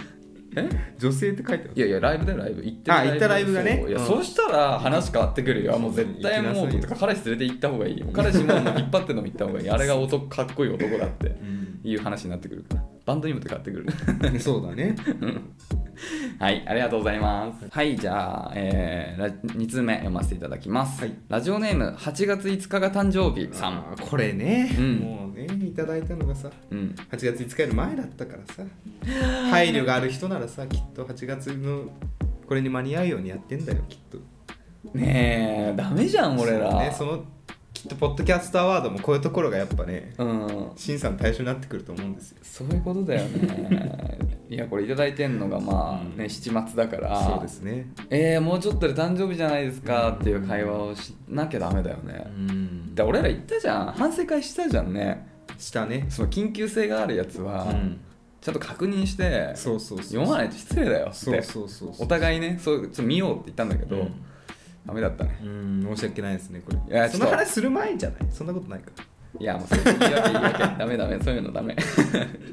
S2: え
S1: 女性って書いてある
S2: いやいやライブだよライブ行って
S1: あ行ったライブがね
S2: そういや、
S1: うん
S2: そうしたら話変わってくるよもう絶対
S1: 行きなさ
S2: も
S1: いうよ
S2: とか彼氏連れて行った方がいいよ彼氏ももう引っ張ってのも行った方がいいあれが男かっこいい男だっていう話になってくるからバンドにもとかってくる
S1: うん、そうだね
S2: はいありがとうございますはいじゃあ、え2通目読ませていただきます、
S1: はい
S2: ラジオネーム8月5日が誕生日さん
S1: あーこれね、
S2: うん
S1: もうねいただいたのがさ
S2: うん
S1: 8月5日より前だったからさ配慮がある人ならさきっと8月のこれに間に合うようにやってんだよきっと
S2: ねえダメじゃん俺ら
S1: そうね、そのきっとポッドキャストアワードもこういうところがやっぱね
S2: うん
S1: 審査の対象になってくると思うんですよ
S2: そういうことだよ ねいやこれ頂いただいてんのがまあ、
S1: うん
S2: ね7月だから
S1: そうですね
S2: えー、もうちょっとで誕生日じゃないですかっていう会話をしなきゃダメだよね、
S1: ん
S2: で俺ら言ったじゃん反省会したじゃんね
S1: したね
S2: その緊急性があるやつは、
S1: うん
S2: ちゃんと確認して
S1: そうそうそう
S2: 読まないと失礼だよって
S1: そうそうそうそう
S2: お互いねそうちょっと見ようって言ったんだけど、
S1: うん
S2: ダメだったね
S1: うん申し訳ないですねこれ
S2: いや
S1: その
S2: ちょっと
S1: 話する前じゃないそんなことないか
S2: いやもうそれ言い訳言い訳ダメダメそういうのダメ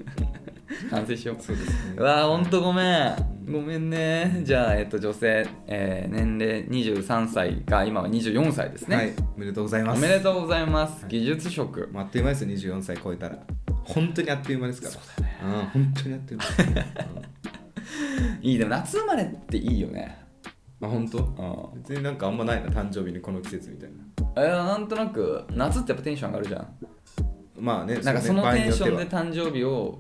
S2: 反省しよう
S1: そうですね
S2: うわあほんとごめんごめんねじゃあ、えっと、女性、えー年齢23歳が今は24歳ですね、
S1: はいおめでとうございま
S2: お
S1: す
S2: めでとうございます技術職
S1: まああっという間ですよ24歳超えたら本当にあっという間ですからそうだねうん本当にあっという間うん
S2: いいでも夏生まれっていいよね
S1: まあ本
S2: う
S1: 当
S2: ん
S1: 別になんかあんまないな誕生日にこの季節みたいな
S2: えーなんとなく夏ってやっぱテンション上がるじゃん
S1: まあね
S2: なんかその
S1: うね
S2: テンション
S1: 場合に
S2: で
S1: よっては
S2: 誕生日を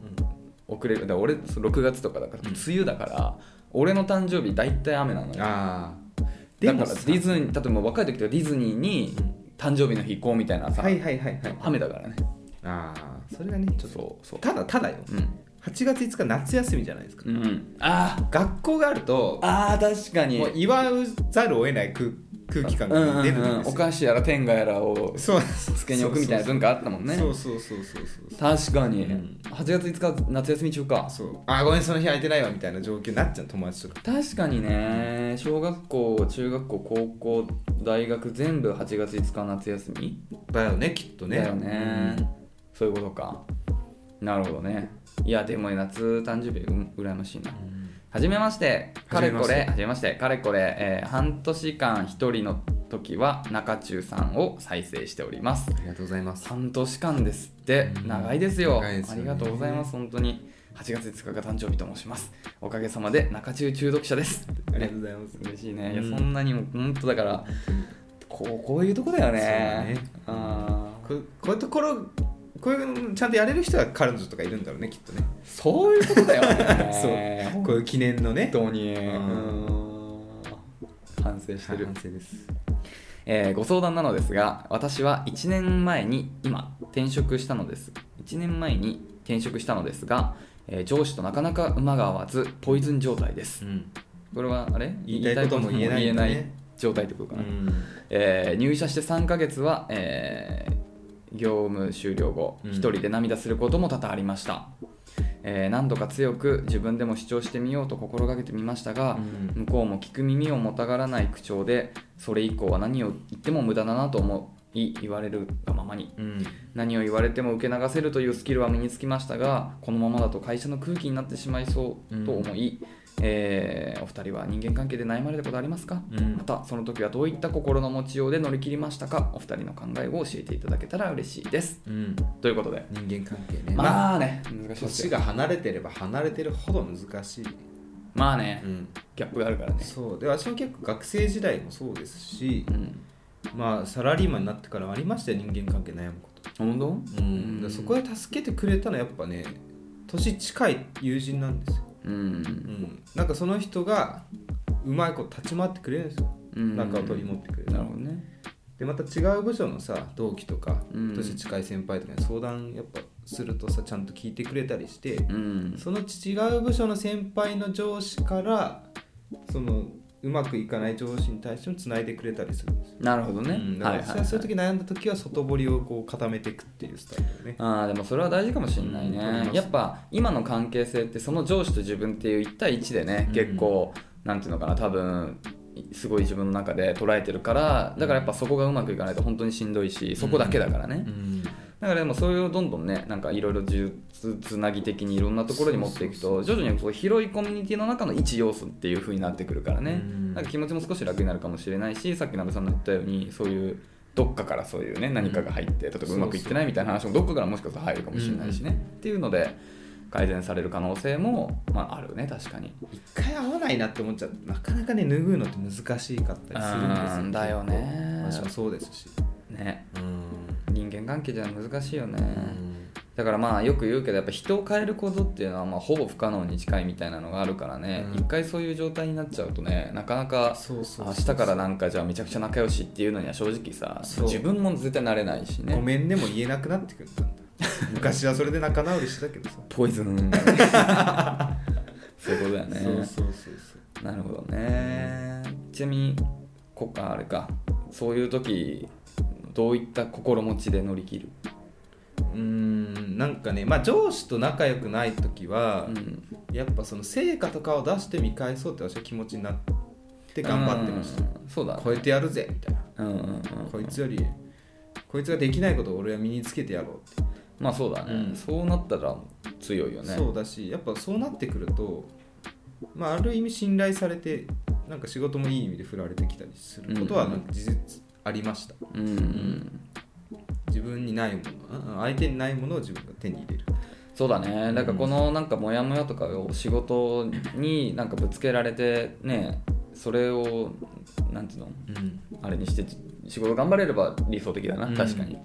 S2: 遅れるだから俺そう6月とかだから
S1: うん
S2: 梅雨だから俺の誕生日大体雨なのよだか
S1: ああ
S2: ら
S1: で
S2: デ
S1: もさ
S2: ィズニー例えば若い時とかディズニーに誕生日の日行こうみたいなさ、
S1: はいはいはいはい
S2: 雨だからね
S1: ああそれがねちょっと
S2: そうそう
S1: ただただよ
S2: うん、
S1: 8月5日夏休みじゃないですか、
S2: うん、あー
S1: 学校があると
S2: あー確かに
S1: もう祝うざるを得ない空空気感
S2: うんうん
S1: が
S2: うん
S1: 出るんですよ、
S2: お菓子やら天下やらを
S1: そうそう
S2: 机に置くみたいな文化あったもんね
S1: そうそうそうそうそうそう
S2: 確かに、
S1: うん
S2: 8月5日夏休み中か
S1: そうあーごめんその日空いてないわみたいな状況になっちゃう友達とか
S2: 確かにね小学校中学校高校大学全部8月5日夏休み
S1: だよねきっと
S2: だよね、そういうことかなるほどねいやでも夏誕生日うん羨ましいなはじめましてかれこれはじめましてかれこれ、えー半年間一人の時は中中さんを再生しております
S1: ありがとうございます
S2: 半年間ですって
S1: うん
S2: 長いですよ
S1: 長いです
S2: あ
S1: よ
S2: り
S1: ね
S2: がとうございます本当に8月5日が誕生日と申しますおかげさまで中中中毒者です
S1: ありがとうございます
S2: 嬉しいね、
S1: うん
S2: いやそんなにも本当だからこうこういうとこだよね
S1: そうだね
S2: あー
S1: ここういうところこういうのちゃんとやれる人は彼女とかいるんだろうねきっとね
S2: そういうことだよ ね
S1: そうこういう記念のね
S2: 本当に、
S1: ん
S2: うん反省してる、
S1: 省です
S2: えーご相談なのですが私は1年前に今転職したのです1年前に転職したのですが、えー上司となかなか馬が合わずポイズン状態です
S1: うん
S2: これはあれ
S1: 言いたいことも言えない
S2: 言
S1: ん
S2: い
S1: だ
S2: た
S1: ね
S2: いことも言えない状態ってこと
S1: う
S2: かな、
S1: ん
S2: えー入社して3ヶ月は、えー業務終了後
S1: うん
S2: 一人で涙することも多々ありました、えー何度か強く自分でも主張してみようと心がけてみましたが、向こうも聞く耳をもたがらない口調でそれ以降は何を言っても無駄だなと思い言われるがままに
S1: うん
S2: 何を言われても受け流せるというスキルは身につきましたがこのままだと会社の空気になってしまいそうと思い、えーお二人は人間関係で悩まれたことありますか、
S1: うん
S2: またその時はどういった心の持ちようで乗り切りましたかお二人の考えを教えていただけたら嬉しいです
S1: うん
S2: ということで
S1: 人間関係ねまあ
S2: まあね難しいです
S1: 年
S2: よ
S1: が離れてれば離れてるほど難しい、
S2: まあね
S1: ん、
S2: ギャップがあるからね
S1: そうで私も結構学生時代もそうですし
S2: う、ん
S1: まあ、サラリーマンになってからもありましたよ人間関係悩むこと、
S2: 本当
S1: うん、だからそこで助けてくれたのはやっぱね年近い友人なんですよ、
S2: うん
S1: うん、なんかその人がうまいこと立ち回ってくれるんですよ
S2: うん
S1: 仲を取り持ってくれる
S2: なるほどね
S1: でまた違う部署のさ同期とか
S2: うん
S1: 年近い先輩とかに相談やっぱするとさちゃんと聞いてくれたりして、
S2: うん
S1: その違う部署の先輩の上司からそのうまくいかない上司に対してもつないでくれたりするんですよ、
S2: なるほどね、
S1: うん、だから私はそういう時悩んだ時は外堀をこう固めていくっていうスタイルだよね
S2: あーでもそれは大事かもしれないね、
S1: うん思います
S2: やっぱ今の関係性ってその上司と自分っていう1対1でね、
S1: うん
S2: 結構なんていうのかな多分すごい自分の中で捉えてるからだからやっぱそこがうまくいかないと本当にしんどいしそこだけだからね、
S1: ん
S2: だからでもそれをどんどんねなんかいろいろつつなぎ的にいろんなところに持っていくと徐々にこう広いコミュニティの中の一要素っていう風になってくるからね、
S1: うん
S2: なんか気持ちも少し楽になるかもしれないしさっき鍋さんの言ったようにそういうどっかからそういうね何かが入って例えばうまくいってないみたいな話もどっかからもしかしたら入るかもしれないしね、っていうので改善される可能性も、まあ、あるね確かに。
S1: 一回合わないなって思っちゃってなかなかね拭うのって難しかったりするんですよ
S2: うんだよね
S1: 私もそうですし
S2: ね
S1: うん
S2: 人間関係じゃ難しいよね。だからまあよく言うけどやっぱ人を変えることっていうのはまあほぼ不可能に近いみたいなのがあるからね、
S1: うん
S2: 一回そういう状態になっちゃうとねなかなか
S1: そうそう
S2: 明日からなんかじゃあめちゃくちゃ仲良しっていうのには正直さ
S1: そう
S2: 自分も絶対なれないし
S1: ご
S2: ね
S1: めんねも言えなくなってくるんだ昔はそれで仲直りしてたけど さ
S2: ポイズンそういうことだよね
S1: そうそうそう
S2: なるほどねちなみにこああれかそういう時どういった心持ちで乗り切る、
S1: うーんなんかね、まあ、上司と仲良くない時は
S2: う、ん、
S1: やっぱその成果とかを出して見返そうって私は気持ちになって頑張ってました、
S2: うんそうだね
S1: 超えてやるぜみたいな、
S2: うんうんうん
S1: こいつよりこいつができないことを俺は身につけてやろうって
S2: まあそうだね、
S1: うん
S2: そうなったら強いよね
S1: そうだしやっぱそうなってくると、まあ、ある意味信頼されてなんか仕事もいい意味で振られてきたりすることは
S2: うんう
S1: なんんか事実ありました、
S2: うんうん
S1: 自分にないものあ相手にないものを自分が手に入れる
S2: そうだねだからこのなんかモヤモヤとかを仕事になんかぶつけられてねそれをなんていうのあれにして仕事頑張れれば理想的だな
S1: うん
S2: 確かに、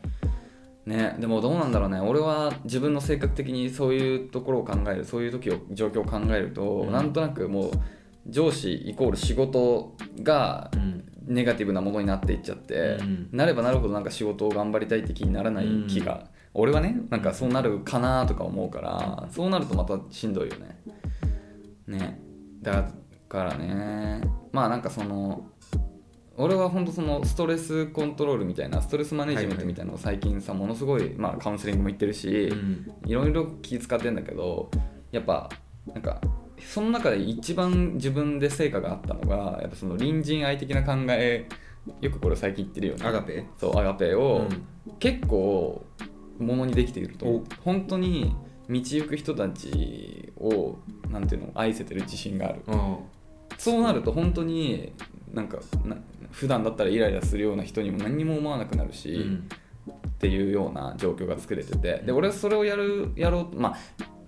S2: ねでもどうなんだろうね俺は自分の性格的にそういうところを考えるそういう時を状況を考えると、
S1: うん
S2: なんとなくもう上司イコール仕事が
S1: うん
S2: ネガティブなものになっていっちゃって、
S1: うん
S2: なればなるほどなんか仕事を頑張りたいって気にならない気が、俺はねなんかそうなるかなとか思うからそうなるとまたしんどいよねねだからねまあなんかその俺は本当そのストレスコントロールみたいなストレスマネジメントみたいなのを最近さものすごい、まあ、カウンセリングも行ってるし、いろいろ気使ってんだけどやっぱなんかその中で一番自分で成果があったのがやっぱその隣人愛的な考えよくこれ最近言ってるよね
S1: アガペ
S2: そうアガペを
S1: うん
S2: 結構ものにできていると、
S1: お
S2: 本当に道行く人たちをなんていうの愛せてる自信がある
S1: あ
S2: そうなると本当になんかな普段だったらイライラするような人にも何にも思わなくなるし、っていうような状況が作れててで俺はそれをやるやろうまあ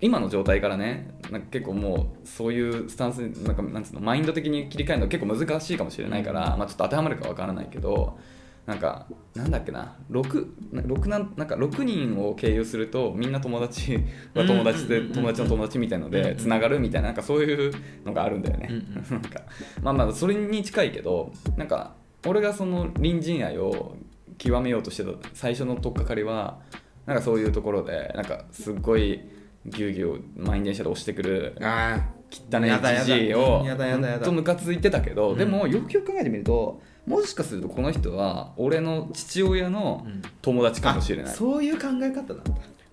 S2: 今の状態からねなんか結構もうそういうスタンスになんかなんつうのマインド的に切り替えるの結構難しいかもしれないから、まあ、ちょっと当てはまるかわからないけどなんかなんだっけな 6, な6なんなんか6人を経由するとみんな友達は友達で
S1: うんうんうんうん
S2: 友達の友達みたいの
S1: うんう
S2: で
S1: ん
S2: つながるみたいななんかそういうのがあるんだよね。
S1: うんうん
S2: なんかまあまあそれに近いけどなんか俺がその隣人愛を極めようとしてた最初の取っかかりはなんかそういうところでなんかすっごいぎゅうぎゅう満員電車で押してくる
S1: あ
S2: 汚いじじいを
S1: やだやだやだ
S2: ほんとムカついてたけど、
S1: うん
S2: でもよくよく考えてみるともしかするとこの人は俺の父親の
S1: うん
S2: 友達かもしれない、
S1: そういう考え方なんだ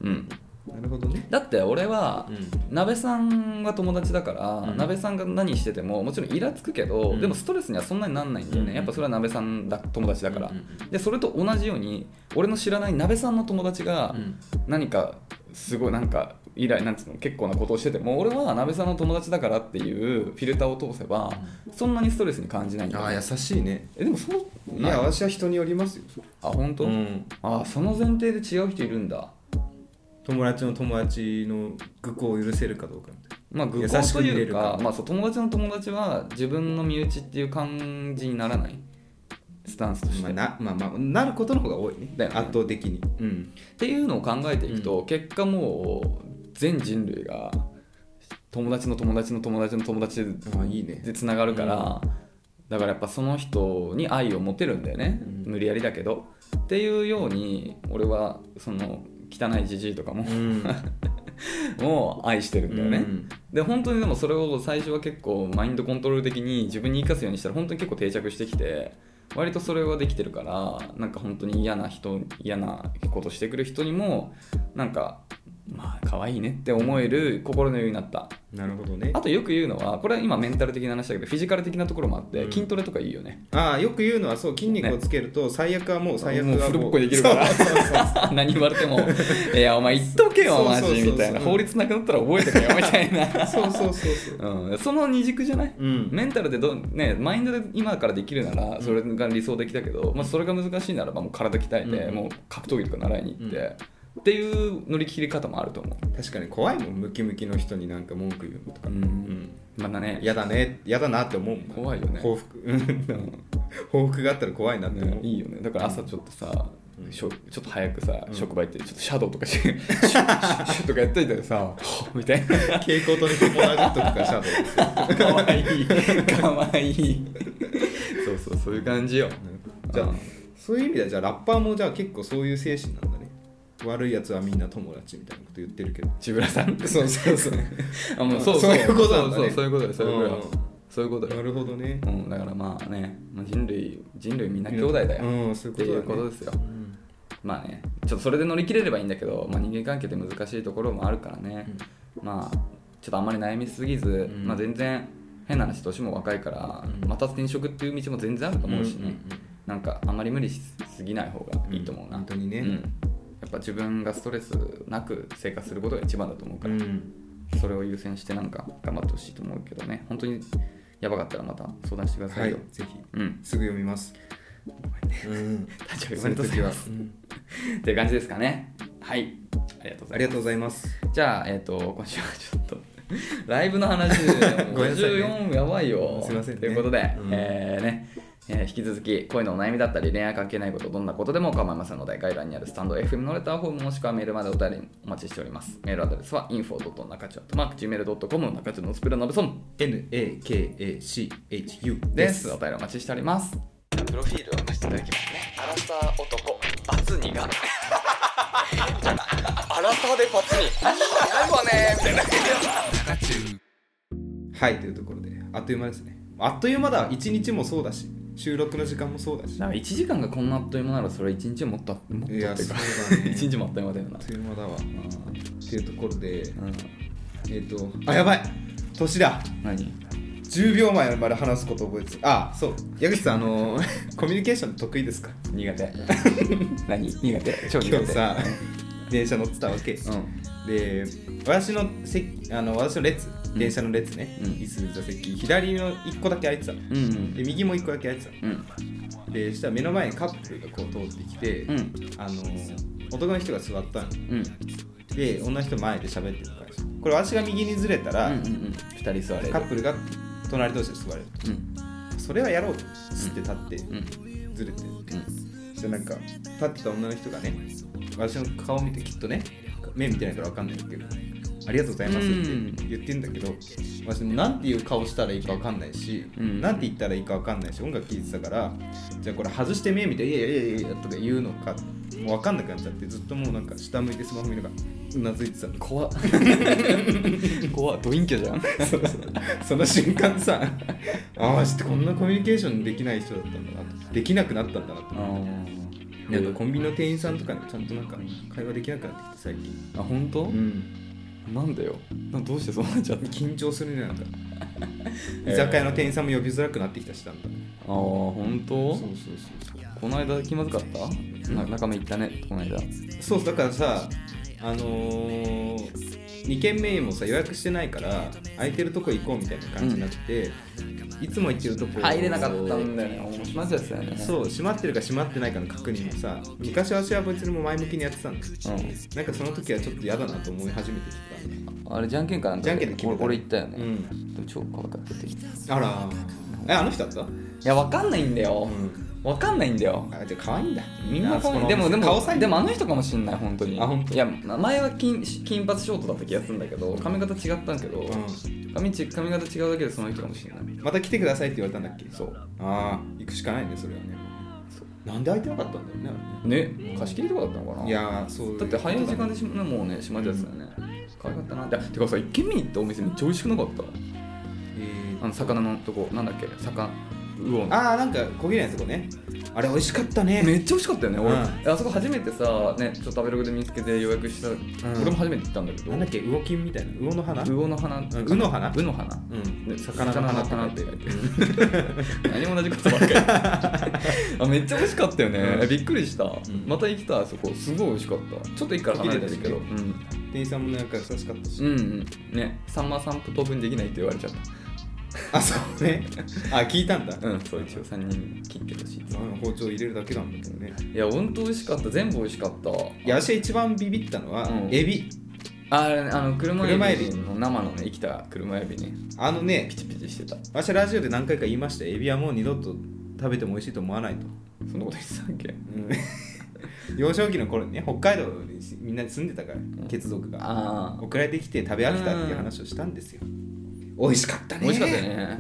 S2: うん、
S1: なるほどね
S2: だって俺は
S1: うん
S2: 鍋さんが友達だから、
S1: うん
S2: 鍋さんが何しててももちろんイラつくけど、
S1: うん
S2: でもストレスにはそんなになんないんだよね、
S1: うん
S2: やっぱそれは鍋さんだ友達だから、
S1: うん
S2: でそれと同じように俺の知らない鍋さんの友達が
S1: うん
S2: 何かすごいなんかイライなんつうの結構なことをしてても俺は鍋さんの友達だからっていうフィルターを通せばそんなにストレスに感じないんだ
S1: あ
S2: よ
S1: あ
S2: ね
S1: 優しいね
S2: えでもそう
S1: い
S2: ない
S1: や私は人によりますよ
S2: あ本当、
S1: うん
S2: あその前提で違う人いるんだ
S1: 友達の友達の愚行を許せるかどうかみたい
S2: まあ、愚
S1: 優
S2: 行
S1: し
S2: と
S1: く見
S2: い
S1: れ
S2: う
S1: る
S2: か
S1: か
S2: まあ、そう友達の友達は自分の身内っていう感じにならないスタンスとして、
S1: な、まあ、なまあまあなることの方が多いね
S2: だよね
S1: 圧倒的に
S2: うん、っていうのを考えていくと、結果もう全人類が友達の友達の友達の友達
S1: ああいいね
S2: でつながるから、だからやっぱその人に愛を持てるんだよね、
S1: うん
S2: 無理やりだけどっていうように俺はその汚いじじいとか も、
S1: うん
S2: もう愛してるんだよね、
S1: うん
S2: で本当にでもそれを最初は結構マインドコントロール的に自分に生かすようにしたら本当に結構定着してきて割とそれはできてるからなんか本当に嫌な人嫌なことしてくる人にもなんかまあ可愛いねって思える心の余裕になった
S1: なるほどね
S2: あとよく言うのはこれは今メンタル的な話だけどフィジカル的なところもあって
S1: うん
S2: 筋トレとかいいよね
S1: ああよく言うのはそう筋肉をつけると最悪はもう最悪は
S2: もうフルボッコにできるから
S1: そうそうそうそう
S2: 何言われても 「いやお前言っとけよマ
S1: そうそうそう
S2: ジ」
S1: そう
S2: みたいな
S1: うん
S2: 法律なくなったら覚えてけよみたいな、
S1: そうそうそうそう。
S2: うん、その二軸じゃない
S1: うん。
S2: メンタルでどう、ね、マインドで今からできるならそれが理想的だけど、まあ、それが難しいならばもう体鍛えて、
S1: うん
S2: もう格闘技とか習いに行って、っていう乗り切り方もあると思
S1: 確かに怖いもん、ムキムキの人になんか文句言うのとか。
S2: う、う、
S1: うんん。
S2: まだね
S1: 嫌だね、嫌だなって思うもん。
S2: 怖いよね
S1: 報復、うん 報復があったら怖いなって思
S2: ね
S1: う。
S2: いいよねだから朝ちょっとさ、
S1: うん
S2: しょちょっと早くさ、
S1: うん
S2: 職場行ってちょっとシャドウとかしシュッシュッシュッとかやっといたら さみたいな
S1: 蛍光灯にこもられるとかシャドウ。
S2: かわいいかわいいそうそうそういう感じよ
S1: じゃあ
S2: うん、
S1: そういう意味では、じゃあラッパーもじゃあ結構そういう精神なんだね。悪いやつはみんな友達みたいなこと言ってるけど。
S2: 千村さん
S1: そうそうそう。
S2: あもうそう
S1: そういうことなんだね
S2: そうそうそういうことだよそういうことだよ
S1: うん
S2: そういうことだよ
S1: なるほどね。
S2: うん、だからまあね、まあ人類、人類みんな兄弟だよ。
S1: うん、そう
S2: ってい
S1: いううこ
S2: こ
S1: と
S2: と
S1: だね。
S2: ですよ
S1: う。ん
S2: まあね、ちょっとそれで乗り切れればいいんだけど、まあ、人間関係って難しいところもあるからね、まあ、ちょっとあんまり悩みすぎず、
S1: ん
S2: まあ全然変な話、年も若いから、
S1: うん
S2: また転職っていう道も全然あると思うしね、
S1: んんん
S2: なんかあんまり無理しすぎない方がいいと思うな。
S1: 本当にね。
S2: うんやっぱ自分がストレスなく生活することが一番だと思うか
S1: う
S2: ら、
S1: ん
S2: それを優先してなんか頑張ってほしいと思うけどね本当にやばかったらまた相談してくださ
S1: はいい
S2: よ、
S1: ぜひ
S2: うん
S1: すぐ読みますうん
S2: 大丈夫
S1: その時は、
S2: っていう感じですかねはいありがとうござ
S1: あ
S2: い
S1: り
S2: ま
S1: がとうございます
S2: すじゃあえっ、と今週はちょっと ライブの話で、ね、
S1: ごめんなさいね
S2: 54やばいよ
S1: すいませんね
S2: ということで、
S1: うん
S2: えーねえー引き続き恋のお悩みだったり恋愛関係ないことどんなことでも構いませんので概要欄にあるスタンド FM のレターフォームもしくはメールまでお便りお待ちしておりますメールアドレスは info.nakachu.gmail.com 中中のスペルノブソン
S1: NAKACHU で
S2: ですす。お便りお待ちしております。プロフィールを見せていただきますね。アラサー男、バツニが。 アラサーでバツニ。ないわねみたいな。
S1: はいというところであっという間ですねあっという間だ一日もそうだし収録の時間もそうだしあ
S2: 1時間がこんなあっという間ならそれ1日もっとあもっと
S1: いや
S2: っていうか
S1: そうだね
S2: 一日もあっという間だよな
S1: っ。という間だわっていうところで
S2: うん。
S1: えっ、とあやばい年だ
S2: 何
S1: 10秒前まで話すこと覚えてたあそう矢口さんあの コミュニケーション得意ですか
S2: 苦 手。何苦手。超苦手。
S1: 今日さ電車乗ってたわけ、
S2: うん。
S1: で私の席あの私の列
S2: ん
S1: 電車の列ね、
S2: うん
S1: 椅子座席左の1個だけ空いてたの
S2: うん
S1: で右も1個だけ空いてたの
S2: うん。うん。
S1: でしたら目の前にカップルがこう通ってきて、
S2: うん。
S1: あの男の人が座ったの
S2: うん。
S1: で女の人前で喋ってる感じこれ私が右にずれたら、
S2: うん。うん。二人座れる
S1: カ。ップルが隣同士で座れる
S2: うん。
S1: それはやろうとすって立って
S2: うん。
S1: ずれてる
S2: うん。
S1: でなんか立ってた女の人がね私の顔見てきっとね目見てないから分かんないけどありがとうございますって言ってんだけど私もなんていう顔したらいいか分かんないし、
S2: うん
S1: なんて言ったらいいか分かんないし音楽聴いてたからじゃあこれ外して目見て「いやいやいやいや」とか言うのかもう分かんなくなっちゃってずっともうなんか下向いてスマホ見ながらうなずいてたの
S2: 怖っ。怖っ。ドインキョじゃん。
S1: そうそうその瞬間さ ああしてこんなコミュニケーションできない人だったんだなとできなくなったんだなと思って。なんかコンビニの店員さんとかにちゃんとなんか会話できなくなってきて最近、
S2: あ本当、
S1: ん、
S2: なんだよなどうしてそうなっちゃった
S1: 緊張するねなんか居酒屋の店員さんも呼びづらくなってきたしなんか
S2: ああ本当
S1: そうそう
S2: この間気まずかったな仲間行ったねこの間
S1: そうそうだからさあのー、2軒目もさ予約してないから空いてるとこ行こうみたいな感じになって、いつも行ってるとこ
S2: 入れなかったんだよね面白いやつだよね
S1: そう閉まってるか閉まってないかの確認もさ昔は私は別にもう前向きにやってたんです
S2: う
S1: なんかその時はちょっと嫌だなと思い始めてき
S2: んあれじゃんけんかなんか
S1: じゃんけんで決めた
S2: 俺俺行ったよ
S1: た、
S2: ね、
S1: ん、
S2: でも超可愛かったってい
S1: あらえあの人だった
S2: やわかんないんだよわかんないんだよ
S1: あじゃあ可愛いんだ
S2: みんな可愛いでもで
S1: 顔
S2: も
S1: さえ
S2: でもあの人かもしんない本当に
S1: あ本当
S2: いや前は金金髪ショートだった気がするんだけど髪型違ったんだけど、
S1: う
S2: 髪ち髪型違うだけでその人かもしんない
S1: んまた来てくださいって言われたんだっけ
S2: そう
S1: ああ行くしかないねそれはねなんで空いてなかったんだよね
S2: ね貸し切りとかだったのかない
S1: やーそう
S2: だって早い時間でしまもうね閉まっちゃってたよね、可愛かったなだてかさ一軒目に行ったお店めっちゃ美味しくなかった
S1: えー
S2: あの魚のとこなんだっけ魚魚の
S1: ああなんか焦げないとこねあれ美味しかったね
S2: めっちゃ美味しかったよね俺、
S1: う
S2: あそこ初めてさねちょっと食べログで見つけて予約した、俺も初めて行ったんだけど
S1: なんだっけ魚金みたいな魚の花
S2: 魚の花
S1: んうの花
S2: うの花
S1: うん
S2: ね
S1: 魚の花
S2: 魚の花
S1: って書いて
S2: 何も同じことばっかり あめっちゃ美味しかったよね、
S1: うん
S2: びっくりした、
S1: ん
S2: また行きたいあそこすごい美味しかったちょっと駅から離れてるけど、う
S1: 切
S2: ん、
S1: 店員さんもなんか優しかったし
S2: うんうんねさんまさんと当分できないって言われちゃった
S1: あそうね あ聞いたんだ
S2: うん、そう一応3人切ってほしいって
S1: うん包丁入れるだけなんだけどね
S2: いや本当美味しかった全部美味しかった
S1: いや私は一番ビビったのは
S2: うん
S1: エビ
S2: ああれねあの車
S1: 車エ
S2: エ
S1: ビ
S2: ビの生のね生きた車エビね
S1: あのね
S2: ピチピチしてた
S1: 私ラジオで何回か言いましたよエビはもう二度と食べても美味しいと思わないと、
S2: そんなこと言ってたっけ
S1: 幼少期の頃にね北海道にみんな住んでたから血族が
S2: あ
S1: 送られてきて食べ飽きたっていう話をしたんですよ美味しかった
S2: あ
S1: ね
S2: 美味しかったよね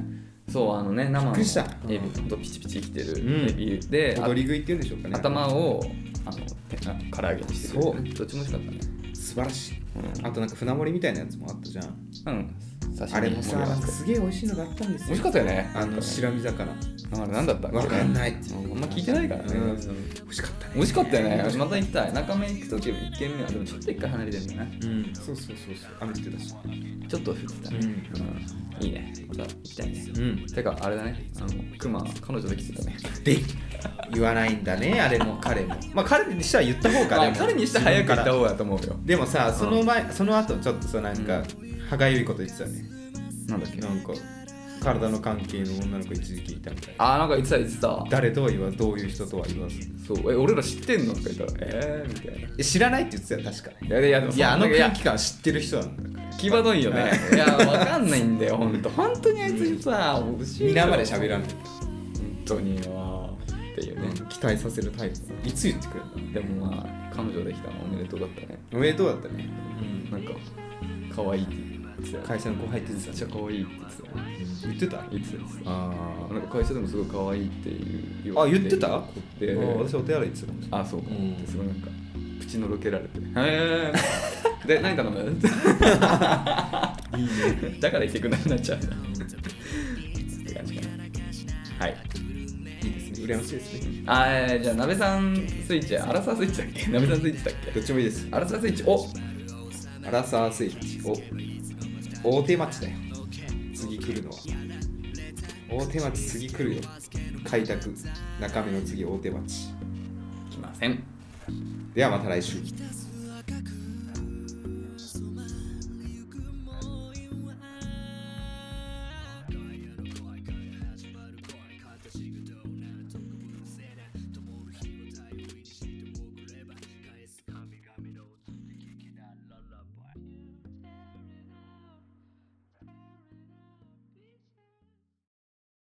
S2: そうあのね生
S1: っ
S2: の
S1: くりした
S2: エビほんとピチピチ生きて
S1: うん
S2: るエビで、あ
S1: 踊り食いっていうんでしょうかね
S2: 頭をあのてな唐揚げにしてる、
S1: そう
S2: どっちも美味しかったね
S1: 素晴らしいあとなんか船盛りみたいなやつもあったじゃん
S2: うん刺身
S1: あれもさ
S2: 盛り合わ
S1: なん
S2: せ
S1: か
S2: て
S1: すげえ美味しいのがあったんですよ
S2: 美味しかったよね
S1: あの
S2: なんかね
S1: 白身魚
S2: あれなんだったっけね
S1: わかんない
S2: うんあんま聞いてないからね
S1: うん欲しかったね
S2: 美味しかったよねまた行きたい中目行く時も1軒目はでもちょっと1回離れてるんだよね
S1: うんそうそうそうそう雨降ってたし
S2: ちょっと降ってたね、うんいいねまた行きたいね
S1: うん
S2: てかあれだねあのクマ彼女できてたね
S1: で言わないんだねあれも彼もまあ彼にしては言った方が
S2: あ彼にして早く行った方だと思うよ
S1: でもさその前、その後ちょっとさなんか、歯がゆいこと言ってたね
S2: なんだっけ
S1: なんか体の関係の女の子一時期いたみたいな
S2: あーなんか言ってた言ってた
S1: 誰とは言わずどういう人とは言わず
S2: そうえ俺ら知ってんのとか言ったらえー、みたいな
S1: え知らないって言ってたよ確か
S2: いやでいやでも
S1: いやあ
S2: そんだ
S1: の
S2: けいや
S1: 空気感知ってる人なんだから
S2: 気ばどいよねいやわかんないんだよほんと本当にあいつさ
S1: 皆まで喋ら
S2: ん
S1: ない
S2: 本当によっていうね
S1: 期待させるタイプいつ言ってくれるんだ
S2: でもまあ彼女できたのおめでとうだったね
S1: おめでとうだったね、
S2: なんか可愛いって言ってた
S1: 会社の後輩って言って
S2: め
S1: た
S2: っ
S1: じ
S2: ちゃ可愛いって言ってたよ
S1: ゃ
S2: ね
S1: ん言ってた
S2: 言ってた言ってた
S1: あ
S2: なんか会社でもすごい可愛いっていう
S1: あ言ってた
S2: で
S1: あ私お手洗いって言ってたかもしれない
S2: あそうか、
S1: うん
S2: ですごいなんかプチのろけられてへえ で何頼むいいねだから行ってくなくなっちゃうんだって感じかなはい
S1: いいですね羨ましいですね
S2: あーじゃあ鍋さんスイッチアラサースイッチだっけ鍋さんスイッチだっ
S1: どっちもいいです
S2: けアラサースイッチお
S1: アラサースイッチお大手町だよ次来るのは大手町次来るよ開拓中目の次大手町
S2: 来ません
S1: ではまた来週